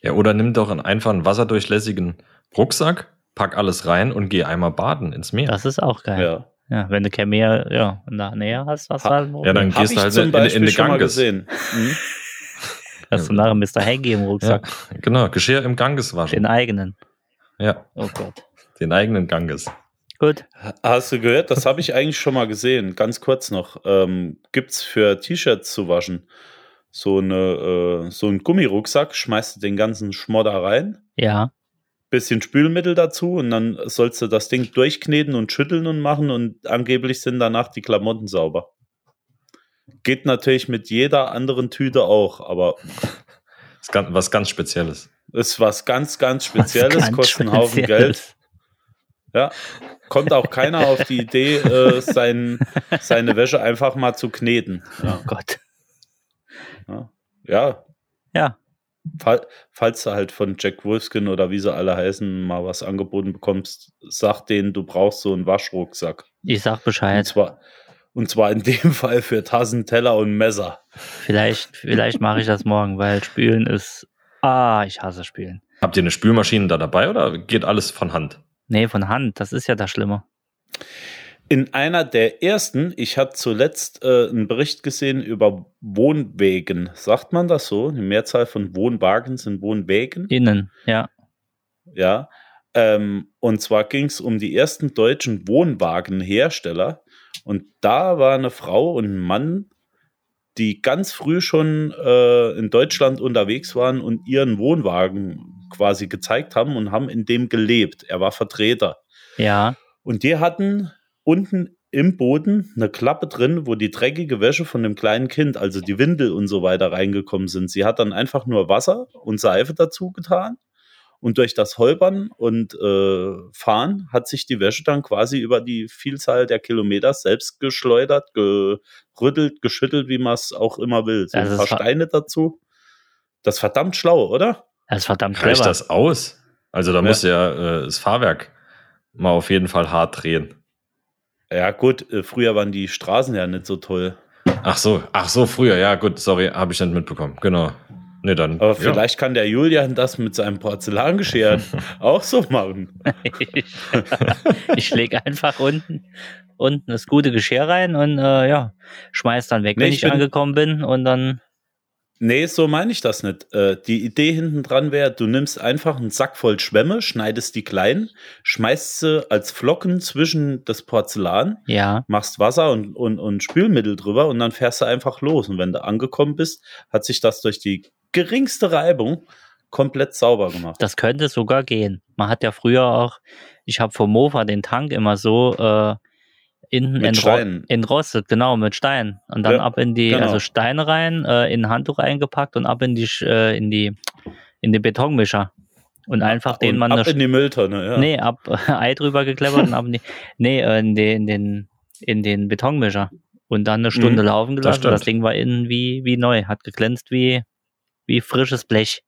[SPEAKER 6] Ja, oder nimm doch einen einfachen wasserdurchlässigen Rucksack, pack alles rein und geh einmal baden ins Meer.
[SPEAKER 5] Das ist auch geil.
[SPEAKER 4] Ja.
[SPEAKER 5] Ja, wenn du kein Meer ja, in der Nähe hast, hast du
[SPEAKER 4] Ha-
[SPEAKER 5] halt ein
[SPEAKER 6] ja, dann
[SPEAKER 5] Problem.
[SPEAKER 4] Habe
[SPEAKER 6] gehst
[SPEAKER 4] ich
[SPEAKER 6] du halt
[SPEAKER 4] zum
[SPEAKER 6] in, in, in
[SPEAKER 4] Beispiel
[SPEAKER 6] die
[SPEAKER 4] schon mal
[SPEAKER 6] Ganges.
[SPEAKER 4] gesehen. Mhm.
[SPEAKER 5] hast du nachher Mr. Hanky im
[SPEAKER 6] Ja,
[SPEAKER 5] Rucksack. Genau.
[SPEAKER 6] genau, Geschirr im Ganges waschen.
[SPEAKER 5] Den eigenen.
[SPEAKER 6] ja,
[SPEAKER 5] Oh Gott.
[SPEAKER 6] den eigenen Ganges.
[SPEAKER 5] Gut.
[SPEAKER 4] Hast du gehört? Das habe ich eigentlich schon mal gesehen. Ganz kurz noch. Ähm, Gibt es für T-Shirts zu waschen so, eine, äh, so einen Gummirucksack? Schmeißt du den ganzen Schmodder rein?
[SPEAKER 5] Ja.
[SPEAKER 4] Bisschen Spülmittel dazu und dann sollst du das Ding durchkneten und schütteln und machen und angeblich sind danach die Klamotten sauber. Geht natürlich mit jeder anderen Tüte auch, aber
[SPEAKER 6] Ist ganz, was ganz Spezielles.
[SPEAKER 4] ist was ganz, ganz Spezielles,
[SPEAKER 5] ganz
[SPEAKER 4] kostet einen Haufen Geld.
[SPEAKER 5] Spezielles.
[SPEAKER 4] Ja, kommt auch keiner auf die Idee, äh, sein, seine Wäsche einfach mal zu kneten. Ja,
[SPEAKER 5] Oh Gott.
[SPEAKER 4] ja. ja.
[SPEAKER 5] Ja.
[SPEAKER 4] Fall, falls du halt von Jack Wolfskin oder wie sie alle heißen, mal was angeboten bekommst, sag denen, du brauchst so einen Waschrucksack.
[SPEAKER 5] Ich sag
[SPEAKER 4] Und
[SPEAKER 5] Bescheid.
[SPEAKER 4] zwar, und zwar in dem Fall für Tassen, Teller und Messer.
[SPEAKER 5] Vielleicht, vielleicht mache ich das morgen, weil Spülen ist. Ah, ich hasse Spülen.
[SPEAKER 6] Habt ihr eine Spülmaschine da dabei oder geht alles von Hand?
[SPEAKER 5] Nee, von Hand. Das ist ja das Schlimme.
[SPEAKER 4] In einer der ersten, ich hatte zuletzt äh, einen Bericht gesehen über Wohnwegen. Sagt man das so? Die Mehrzahl von Wohnwagen sind Wohnwegen.
[SPEAKER 5] Innen. Ja.
[SPEAKER 4] ja. Ähm, und zwar ging es um die ersten deutschen Wohnwagenhersteller. Und da war eine Frau und ein Mann, die ganz früh schon äh, in Deutschland unterwegs waren und ihren Wohnwagen quasi gezeigt haben und haben in dem gelebt. Er war Vertreter.
[SPEAKER 5] Ja.
[SPEAKER 4] Und die hatten unten im Boden eine Klappe drin, wo die dreckige Wäsche von dem kleinen Kind, also die Windel und so weiter, reingekommen sind. Sie hat dann einfach nur Wasser und Seife dazu getan Und durch das Holpern und äh, Fahren hat sich die Wäsche dann quasi über die Vielzahl der Kilometer selbst geschleudert, gerüttelt, geschüttelt, wie man es auch immer will. So
[SPEAKER 5] Das
[SPEAKER 4] ein
[SPEAKER 5] ist
[SPEAKER 4] paar
[SPEAKER 5] ver-
[SPEAKER 4] Steine dazu. Das ist verdammt schlau, oder?
[SPEAKER 5] Das ist verdammt clever.
[SPEAKER 6] Reicht das aus? Also da
[SPEAKER 4] Ja.
[SPEAKER 6] muss ja äh, das Fahrwerk mal auf jeden Fall hart drehen.
[SPEAKER 4] Ja, gut, äh, früher waren die Straßen ja nicht so toll.
[SPEAKER 6] Ach so, ach so, früher, ja gut, sorry, habe ich nicht mitbekommen. Genau. Nee, dann.
[SPEAKER 4] Aber
[SPEAKER 6] ja.
[SPEAKER 4] vielleicht kann der Julian das mit seinem Porzellangeschirr auch so machen.
[SPEAKER 5] ich lege einfach unten, unten das gute Geschirr rein und äh, ja, schmeiß dann weg,
[SPEAKER 4] Nee,
[SPEAKER 5] wenn
[SPEAKER 4] ich
[SPEAKER 5] ich,
[SPEAKER 4] bin-
[SPEAKER 5] angekommen bin und dann.
[SPEAKER 4] Nee, so meine ich das nicht. Äh, die Idee hinten dran wäre, du nimmst einfach einen Sack voll Schwämme, schneidest die klein, schmeißt sie als Flocken zwischen das Porzellan,
[SPEAKER 5] Ja,
[SPEAKER 4] machst Wasser und, und, und Spülmittel drüber und dann fährst du einfach los. Und wenn du angekommen bist, hat sich das durch die geringste Reibung komplett sauber gemacht.
[SPEAKER 5] das könnte sogar gehen. Man hat ja früher auch, ich habe vom Mofa den Tank immer so äh, innen
[SPEAKER 4] Mit Steinen.
[SPEAKER 5] entrostet, genau, mit Steinen. Und dann
[SPEAKER 4] Ja,
[SPEAKER 5] ab in die,
[SPEAKER 4] genau.
[SPEAKER 5] also Steine rein, äh, in ein Handtuch eingepackt und ab in die, Sch- äh, in die, in den Betonmischer. Und einfach den
[SPEAKER 4] und
[SPEAKER 5] man
[SPEAKER 4] ab in die Mülltonne, ja.
[SPEAKER 5] Nee, ab Ei drüber gekleppert und ab in die, nee, äh, in den, in den, in den Betonmischer. Und dann eine Stunde
[SPEAKER 4] Mhm,
[SPEAKER 5] laufen gelassen. Das,
[SPEAKER 6] stimmt.
[SPEAKER 5] Ding war innen wie, wie neu, hat geglänzt wie, wie frisches Blech.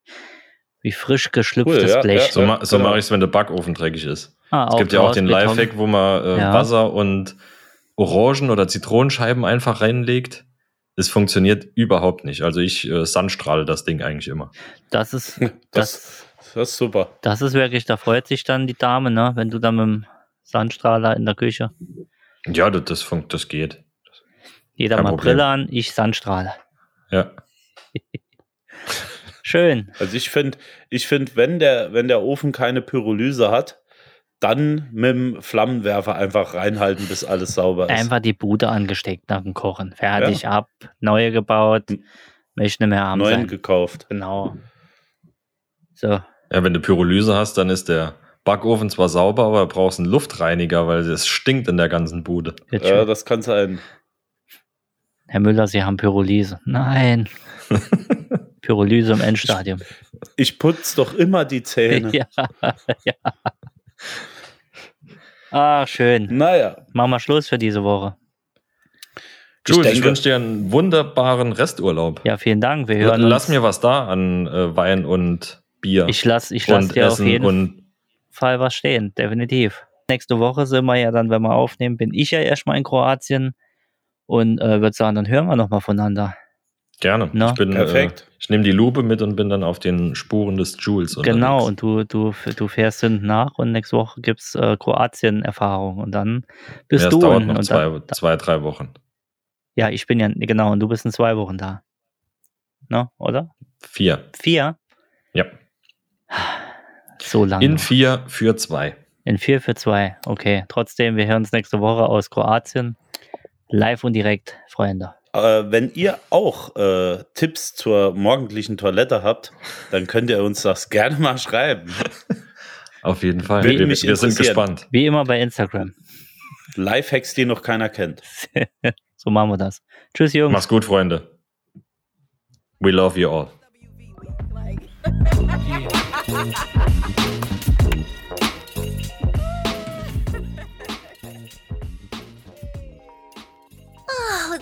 [SPEAKER 5] Wie frisch geschlüpftes
[SPEAKER 4] Cool, ja,
[SPEAKER 5] Blech.
[SPEAKER 6] So, ma so
[SPEAKER 4] Genau.
[SPEAKER 6] mache ich es, wenn der Backofen dreckig ist.
[SPEAKER 5] Ah,
[SPEAKER 6] Es gibt ja auch den
[SPEAKER 5] Beton.
[SPEAKER 6] Lifehack, wo man äh,
[SPEAKER 5] Ja.
[SPEAKER 6] Wasser und Orangen- oder Zitronenscheiben einfach reinlegt. Es funktioniert überhaupt nicht. Also ich äh, sandstrahle das Ding eigentlich immer.
[SPEAKER 5] Das ist,
[SPEAKER 4] Das, das ist super.
[SPEAKER 5] das ist wirklich, da freut sich dann die Dame, ne? Wenn du dann mit dem Sandstrahler in der Küche.
[SPEAKER 6] Ja, das, das, funkt, das geht.
[SPEAKER 5] Jeder
[SPEAKER 6] Kein
[SPEAKER 5] mal
[SPEAKER 6] Problem.
[SPEAKER 5] Brille an, ich Sandstrahler.
[SPEAKER 6] Ja.
[SPEAKER 5] Schön.
[SPEAKER 4] Also ich finde, ich finde, wenn der, wenn der Ofen keine Pyrolyse hat, dann mit dem Flammenwerfer einfach reinhalten, bis alles sauber ist.
[SPEAKER 5] Einfach die Bude angesteckt nach dem Kochen. Fertig, ab, neue gebaut.
[SPEAKER 6] Hm.
[SPEAKER 5] Möchte nicht mehr haben.
[SPEAKER 4] Neuen
[SPEAKER 5] sein.
[SPEAKER 4] gekauft.
[SPEAKER 5] Genau. So,
[SPEAKER 6] ja, wenn du Pyrolyse hast, dann ist der Backofen zwar sauber, aber du brauchst einen Luftreiniger, weil es stinkt in der ganzen Bude.
[SPEAKER 5] jetzt
[SPEAKER 4] Ja,
[SPEAKER 5] schon.
[SPEAKER 4] das kann sein.
[SPEAKER 5] Herr Müller, Sie haben Pyrolyse. Nein. Pyrolyse im Endstadium.
[SPEAKER 4] Ich putz doch immer die Zähne.
[SPEAKER 5] ja, ja. Ach,
[SPEAKER 6] Hm.
[SPEAKER 5] schön.
[SPEAKER 4] Naja,
[SPEAKER 5] Machen wir Schluss für diese Woche.
[SPEAKER 6] Jules, ich,
[SPEAKER 4] denke-
[SPEAKER 6] wünsche dir einen wunderbaren Resturlaub.
[SPEAKER 5] Ja, vielen Dank. Wir
[SPEAKER 6] L-
[SPEAKER 5] hören
[SPEAKER 6] Lass
[SPEAKER 5] uns.
[SPEAKER 6] mir was da an äh, Wein und Bier
[SPEAKER 5] ich lasse ich lass
[SPEAKER 6] und
[SPEAKER 5] dir auf
[SPEAKER 6] Essen
[SPEAKER 5] jeden
[SPEAKER 6] und
[SPEAKER 5] Fall was stehen. Definitiv. Nächste Woche sind wir ja dann, wenn wir aufnehmen, bin ich ja erstmal in Kroatien. Und äh, würde sagen, dann hören wir nochmal voneinander.
[SPEAKER 6] gerne.
[SPEAKER 5] Na,
[SPEAKER 6] ich bin,
[SPEAKER 4] perfekt.
[SPEAKER 6] Äh, ich nehme die Lupe mit und bin dann auf den Spuren des Jules.
[SPEAKER 5] Genau, und
[SPEAKER 6] unterwegs.
[SPEAKER 5] du, du, du fährst hinten nach und nächste Woche gibt es äh, Kroatien-Erfahrung und dann bist
[SPEAKER 6] ja, es
[SPEAKER 5] du.
[SPEAKER 6] dauert
[SPEAKER 5] in,
[SPEAKER 6] noch
[SPEAKER 5] und
[SPEAKER 6] zwei,
[SPEAKER 5] dann,
[SPEAKER 6] zwei, drei Wochen.
[SPEAKER 5] ja, ich bin ja, genau, und du bist in zwei Wochen da. Ne, oder?
[SPEAKER 6] Vier.
[SPEAKER 5] Vier?
[SPEAKER 6] Ja.
[SPEAKER 5] So lange.
[SPEAKER 6] In vier für zwei.
[SPEAKER 5] In vier für zwei. Okay, trotzdem, wir hören uns nächste Woche aus Kroatien. Live und direkt, Freunde.
[SPEAKER 4] Äh, wenn ihr auch äh, Tipps zur morgendlichen Toilette habt, dann könnt ihr uns das gerne mal schreiben.
[SPEAKER 6] Auf jeden Fall.
[SPEAKER 4] Würde
[SPEAKER 6] Wir,
[SPEAKER 4] mich
[SPEAKER 6] wir sind
[SPEAKER 4] interessieren.
[SPEAKER 6] gespannt.
[SPEAKER 5] Wie immer bei Instagram.
[SPEAKER 4] Lifehacks, die noch keiner kennt.
[SPEAKER 5] So machen wir das. Tschüss, Jungs.
[SPEAKER 6] Mach's gut, Freunde. We love you all.
[SPEAKER 2] Like,
[SPEAKER 1] Oh,